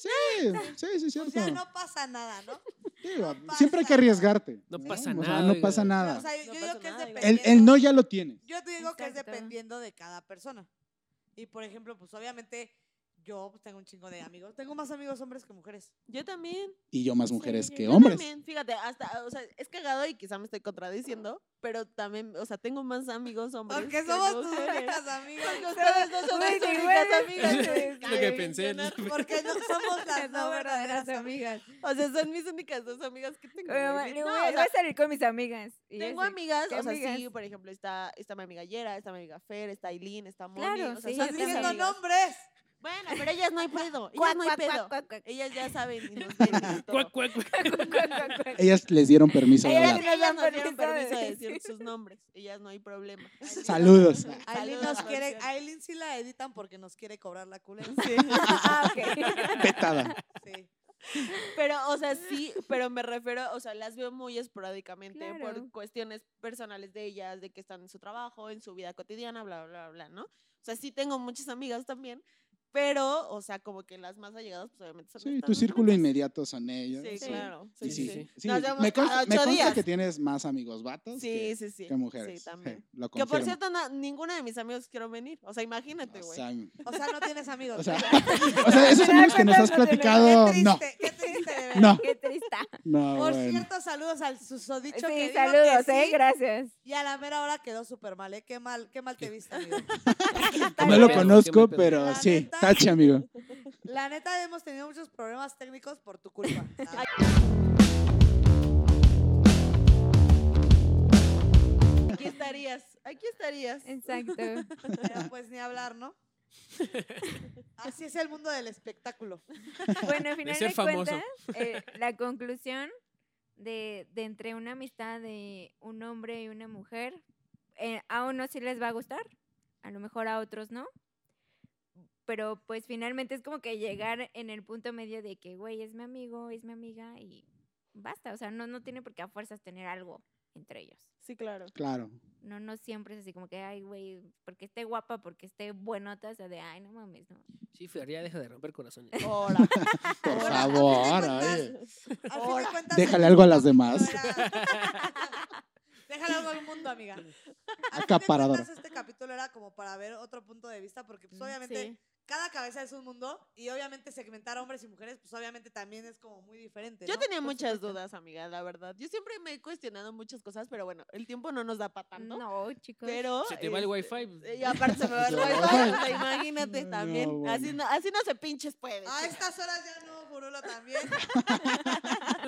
D: Sí, sí, sí, es
G: Pues
D: cierto.
G: ya no pasa nada, ¿no?
D: Digo,
G: no
D: Siempre hay
G: pasa
D: que arriesgarte.
E: No pasa
D: O sea,
E: nada,
D: no
E: oiga.
D: pasa
G: O
D: nada.
G: sea, yo
B: No
G: digo
B: pasa
G: que es
B: nada, digo.
D: El,
G: dependiendo.
D: el no ya lo tienes.
G: Yo te digo que es
C: Exacto.
G: dependiendo de cada persona. Y por ejemplo, pues obviamente yo pues, tengo un chingo de amigos. Tengo más amigos hombres que mujeres.
B: Yo también.
D: Y yo más mujeres
C: yo-
D: que
C: yo
B: Yo
D: hombres.
B: también, fíjate, hasta, o sea, es cagado y quizá me estoy contradiciendo, pero también, o sea, tengo más amigos hombres.
G: Porque
B: que
G: somos tus
B: mujeres.
G: únicas amigas.
B: Porque ustedes no son mis únicas amigas. güey.
E: Lo que pensé. ¿no?
G: Porque no somos las no verdaderas amigas.
C: amigas.
B: O sea, son mis únicas dos amigas que tengo.
C: Mi
B: güey.
C: mamá,
B: No,
C: digo,
B: o
C: "Güey,
B: sea,
C: voy a salir con mis amigas. Y yo
B: tengo
C: así,
B: amigas,
C: ¿qué
B: o sea, sí,
C: amigas?
B: por ejemplo, está, está mi amiga Yera, está mi amiga Fer, está Aileen, está Moni.
C: Claro,
B: o sea,
C: sí,
B: son
G: Estás
C: yo
B: mis
G: diciendo
B: amigas.
G: nombres.
B: Bueno, pero ellas no hay pedo. Ellas
C: Cuac,
B: no hay
C: cuac,
B: pedo.
C: cuac, cuac, cuac.
B: Ellas ya saben y nos ven. y todo.
E: Cuac, cuac, cuac.
C: Cuac, cuac, cuac, cuac.
D: Ellas les dieron permiso de
C: Ellas
D: hablar.
C: les-
B: Ellas
C: dan
B: nos dieron
C: permiso de
B: permiso de decir
C: decir.
B: sus nombres. Ellas no hay problema.
D: Saludos.
G: Aileen
B: Saludos,
G: nos quiere,
B: producción.
G: Aileen sí la editan porque nos quiere cobrar la culera.
C: Ah, ok.
D: Petada.
G: Sí.
B: Pero, o sea, sí, pero me refiero, o sea, las veo muy esporádicamente por
C: Claro.
B: cuestiones personales de ellas, de que están en su trabajo, en su vida cotidiana, bla, bla, bla, ¿no? O sea, sí tengo muchas amigas también, pero, o sea, como que las más allegadas, pues obviamente son
D: Sí,
B: estas
D: tu
B: dos
D: círculo
B: netas.
D: inmediato son ellos.
B: Sí, claro.
D: Sí, sí, sí. Sí,
B: Nos vemos
D: me
B: cada
D: consta, me
B: ocho
D: consta
B: días.
D: que tienes más amigos vatos
B: Sí,
D: que,
B: sí, sí.
D: que mujeres.
B: Sí, también.
D: Sí, lo
B: Que por
D: confirmo.
B: cierto, na- ninguno de mis amigos quiero venir. O sea, imagínate,
D: o
B: güey.
D: sea,
G: O sea, no tienes amigos.
D: o sea, o sea, esos amigos que nos has
C: No, no, no, no, no,
G: qué
D: platicado, no.
G: triste, qué triste. triste, de verdad.
D: No,
C: Qué trista.
D: no,
G: Por
D: bueno.
G: cierto, saludos al susodicho que
C: Sí,
G: dijo
C: saludos,
G: que
C: eh,
G: sí,
C: gracias.
G: Y a la mera hora quedó súper mal, ¿eh? Qué mal, qué mal te viste, amigo.
D: Pues No lo
E: Qué mal
D: conozco,
E: pedo.
D: pero
G: La
D: sí,
G: neta.
D: tache, amigo.
G: La neta, hemos tenido muchos problemas técnicos por tu culpa. Ah,
B: Aquí estarías, aquí estarías.
C: Exacto.
G: pero, pues ni hablar, ¿no? Así es el mundo del espectáculo.
C: Bueno,
I: De
C: al final
I: ser
C: de
I: famoso.
C: cuentas, eh, la conclusión de, de entre una amistad de un hombre y una mujer, eh, a unos sí les va a gustar, a lo mejor a otros no. Pero pues finalmente es como que llegar en el punto medio de que, güey, es mi amigo, es mi amiga y basta. O sea, no, no tiene por qué a fuerzas tener algo entre ellos.
B: Sí, claro.
D: Claro.
C: No, no siempre es así como que, ay, güey, porque esté guapa, porque esté buenota, o sea, de, ay, no mames, no.
E: Sí, Fer, ya deja de romper corazones.
G: Ahora.
D: Por
G: Ahora, a fin de
D: favor, oye.
G: cuentas, Al fin de cuentas,
D: Déjale
G: el
D: algo a las
G: mundo
D: demás.
G: era- Déjale algo al mundo, amiga. Al fin de
D: Acaparadora.
G: cuentas, Este capítulo era como para ver otro punto de vista, porque pues obviamente
B: Mm, Sí.
G: cada cabeza es un mundo y obviamente segmentar hombres y mujeres, pues obviamente también es como muy diferente.
B: Yo
G: ¿no?
B: tenía
G: Por
B: muchas
G: supuesto.
B: dudas, amiga, la verdad. Yo siempre me he cuestionado muchas cosas, pero bueno, el tiempo no nos da para tanto.
C: No, chicos.
B: Pero.
E: Se te va el
B: este,
E: wifi. pues,
B: Y aparte se me va el
D: Se
B: wifi.
D: va.
B: o sea, imagínate
D: No,
B: también. Así,
D: bueno.
B: no, así no se pinches puede.
G: A
B: chicos.
G: estas horas ya no, Burulo también.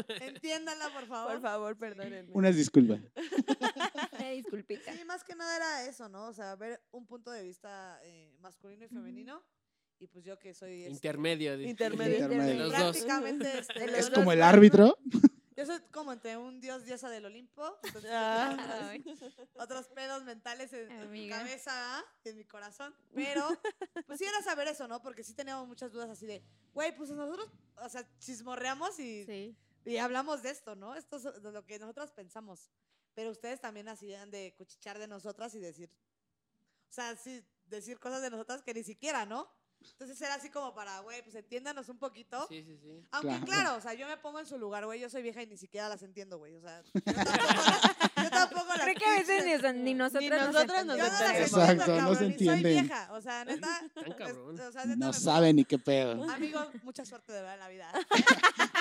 G: Entiéndanla, por favor.
B: Por favor, perdónenme.
D: Unas disculpas.
C: Una disculpita.
G: Sí, más que nada era eso, ¿no? O sea, ver un punto de vista eh, masculino y femenino. Y pues yo que soy este,
E: Intermedio. de-
B: Intermedio.
D: Intermedio.
E: Los dos.
G: prácticamente este,
B: los
G: yo
D: Es
G: soy-
B: dos.
D: como el árbitro.
G: Yo soy como entre un dios diosa del Olimpo, entonces
B: Ah,
C: Ay.
G: otros pedos mentales en, en mi
C: Amiga.
G: cabeza, ¿ah? en mi corazón, pero pues sí era saber eso, ¿no? Porque sí teníamos muchas dudas así de, güey, pues nosotros, o sea, chismorreamos y,
C: Sí.
G: y hablamos de esto, ¿no? Esto es de lo que nosotras pensamos, pero ustedes también hacían de cuchichar de nosotras y decir, o sea, sí, decir cosas de nosotras que ni siquiera, ¿no? Entonces era así como para, güey, pues entiéndanos un poquito.
E: Sí, sí, sí.
G: Aunque claro.
D: Claro.
G: o sea, yo me pongo en su lugar, güey. Yo soy vieja y ni siquiera las entiendo, güey. O sea, yo tampoco, yo tampoco las
C: Creo que a veces
G: pinches-
C: ni, o sea, ni nosotras, nos
B: nosotras nos
G: yo no las
B: entendemos.
G: entiendo,
D: Exacto, no
G: cabrón,
D: se
G: y Soy
D: entienden.
G: vieja, o sea, neta.
E: Tan cabrón.
G: es- o sea, neta me-
D: No sabe ni qué pedo.
G: Amigos, mucha suerte de verdad en la vida.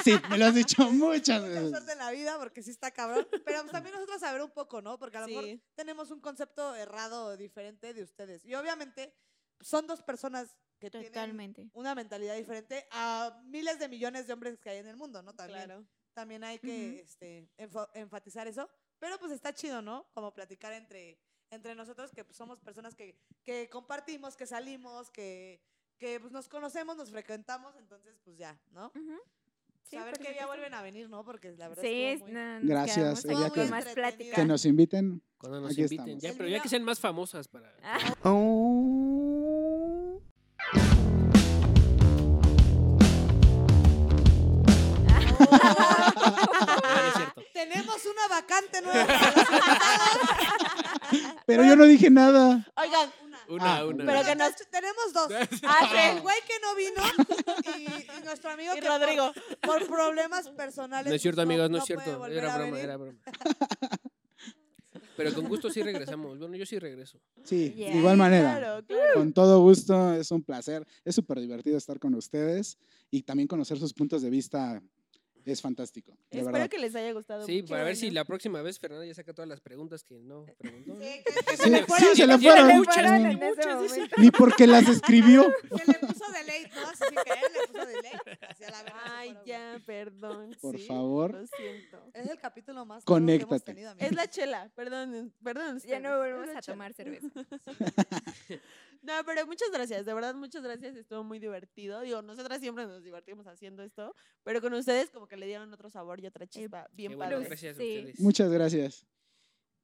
D: Sí, me lo has dicho muchas
G: Mucha suerte
D: veces.
G: en la vida porque sí está cabrón. Pero pues, también nosotros saber un poco, ¿no? Porque a lo mejor
B: Sí.
G: tenemos un concepto errado o diferente de ustedes. Y obviamente son dos personas que tienen
C: Totalmente.
G: una mentalidad diferente a miles de millones de hombres que hay en el mundo, ¿no? También.
B: Claro.
G: también hay que
C: Ujú.
G: este, enfo- enfatizar eso. Pero pues está chido, ¿no? Como platicar entre, entre nosotros, que pues, somos personas que, que compartimos, que salimos, que, que pues, nos conocemos, nos frecuentamos, entonces pues ya, ¿no?
C: Ujú. Sí,
G: Saber
C: por
G: que ya
C: supuesto.
G: vuelven a venir, ¿no? Porque la verdad
C: Sí,
G: estuvo muy-
C: no, nos
D: Gracias,
C: quedamos
D: el día
C: con
D: que-
C: más plática.
D: Que nos inviten.
E: Cuando nos
D: Aquí
E: inviten.
D: estamos.
E: Ya,
G: El
E: pero ya que
G: video-
E: sean más famosas para.
C: Ah,
E: Ah, no es cierto.
G: Tenemos una vacante nueva. para los invitados.
D: Pero yo no dije nada.
B: Oigan,
G: Una.
E: Una,
D: Ah,
E: una.
B: pero que
G: Bueno,
B: nos.
G: entonces, Tenemos dos.
B: Ah,
G: El
B: sí.
G: güey que no vino y, y nuestro amigo
B: Y
G: que por-
B: Rodrigo.
G: Por, problemas personales.
E: No es cierto,
G: pues,
E: amigos, no, es
G: puede
E: cierto.
G: volver a
E: Era broma,
G: venir.
E: era broma. Pero con gusto sí regresamos. Bueno, yo sí regreso.
D: Sí,
C: Yeah.
D: de igual manera.
B: Claro, claro.
D: Con todo gusto, es un placer. Es súper divertido estar con ustedes y también conocer sus puntos de vista es fantástico. De
B: Espero
D: verdad.
B: que les haya gustado.
E: Sí,
B: mucho.
E: para ver si la próxima vez Fernanda ya saca todas las preguntas que no preguntó. ¿no?
G: Sí, que- que se
D: Sí,
G: le
D: sí,
G: fueron.
D: se le
E: Tiene
D: fueron.
E: muchas,
C: Se le fueron
E: tiene
C: en ese
E: muchas, dice.
D: Ni porque las escribió.
G: Se le puso de ley, ¿no? Así que él le puso de ley. Hacia la verga se
B: Ay,
G: fueron, güey.
B: ya, perdón.
D: Por
B: sí,
D: favor.
B: Lo siento.
G: Es el capítulo más largo que hemos
D: Conéctate.
G: tenido, amigo.
B: Es la chela, perdón, perdón.
C: ya no
B: ustedes, es
C: volvemos
B: la
C: a
B: chela.
C: tomar cerveza.
B: No, pero muchas gracias, de verdad, muchas gracias, estuvo muy divertido. Digo, nosotras siempre nos divertimos haciendo esto, pero con ustedes como que le dieron otro sabor y otra chispa bien
E: Qué bueno,
B: padre.
E: gracias a
C: Sí.
E: ustedes.
D: Muchas gracias.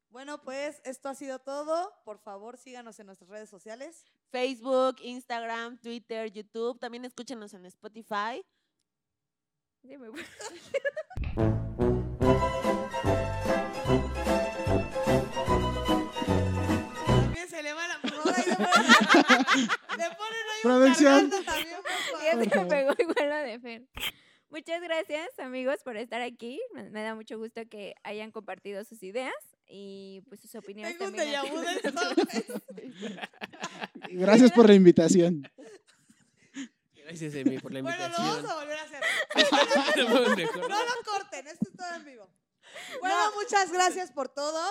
G: Bueno, pues esto ha sido todo. Por favor, síganos en nuestras redes sociales.
B: Facebook, Instagram, Twitter, YouTube, también escúchenos en Spotify.
C: Sí, me voy.
G: También se le va la moda y le ponen, le ponen ahí un
D: Producción.
G: cargando también, por
C: Ya
G: favor.
C: se me pegó igual lo de Fer. Muchas gracias, amigos, por estar aquí. Me, me da mucho gusto que hayan compartido sus ideas y pues sus opiniones
G: Tengo un
C: también.
G: déjà
C: aquí
G: vu de
C: con
G: esto.
C: nosotros.
D: Gracias por la invitación.
E: Gracias, Emi, por la
G: Bueno,
E: invitación.
G: lo vamos a volver a hacer.
E: No puedo dejar.
G: No lo corten, esto es todo en vivo. Bueno, muchas gracias por todo.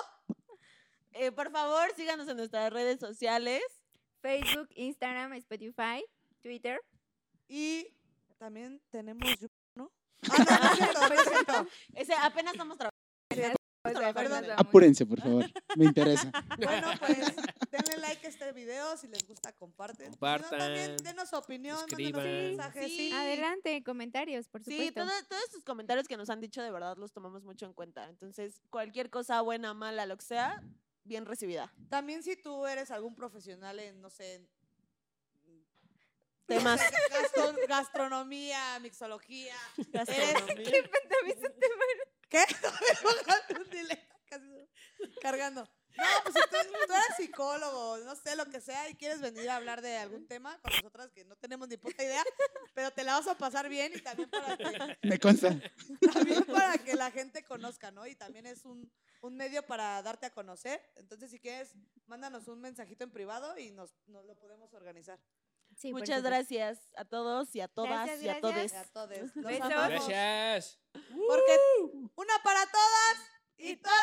B: Eh, por favor, síganos en nuestras redes sociales.
C: Facebook, Instagram, Spotify, Twitter.
G: Y también tenemos Yu- ¿no? Ah, no, no es cierto, no es cierto.
B: Ese, apenas estamos trabajando.
C: Pues,
B: Perdón.
C: mejor nos vamos.
D: Apúrense, por favor. Me interesa.
G: Bueno, pues denle like a este video si les gusta, comparten. Si no, también
E: Compartan,
G: denos su opinión, mándenos
E: escriban.
G: un
E: Sí,
G: mensaje.
B: sí.
G: sí.
C: Adelante, comentarios, por
B: Sí,
C: supuesto.
B: todo- todos sus comentarios que nos han dicho, de verdad, los tomamos mucho en cuenta. Entonces, cualquier cosa buena, mala, lo que sea, bien recibida.
G: También si tú eres algún profesional en, no sé, en-
B: Temas.
G: gastro- gastronomía, mixología.
B: Gastronomía.
G: ¿Qué? Un delay, casi se- cargando. No, pues si tú, tú eres psicólogo, no sé, lo que sea, y quieres venir a hablar de algún tema con nosotras que no tenemos ni puta idea, pero te la vas a pasar bien y también para que,
D: Me consta.
G: también para que la gente conozca, ¿no? Y también es un, un medio para darte a conocer. Entonces, si quieres, mándanos un mensajito en privado y nos, nos lo podemos organizar.
C: Sí, por
B: Muchas
C: supuesto.
B: gracias a todos y a todas
C: Gracias,
B: y a
C: gracias.
B: todos.
G: A todos. Los
C: Besos.
G: amamos.
E: Gracias.
G: ¡Uh! Porque una para todas y todas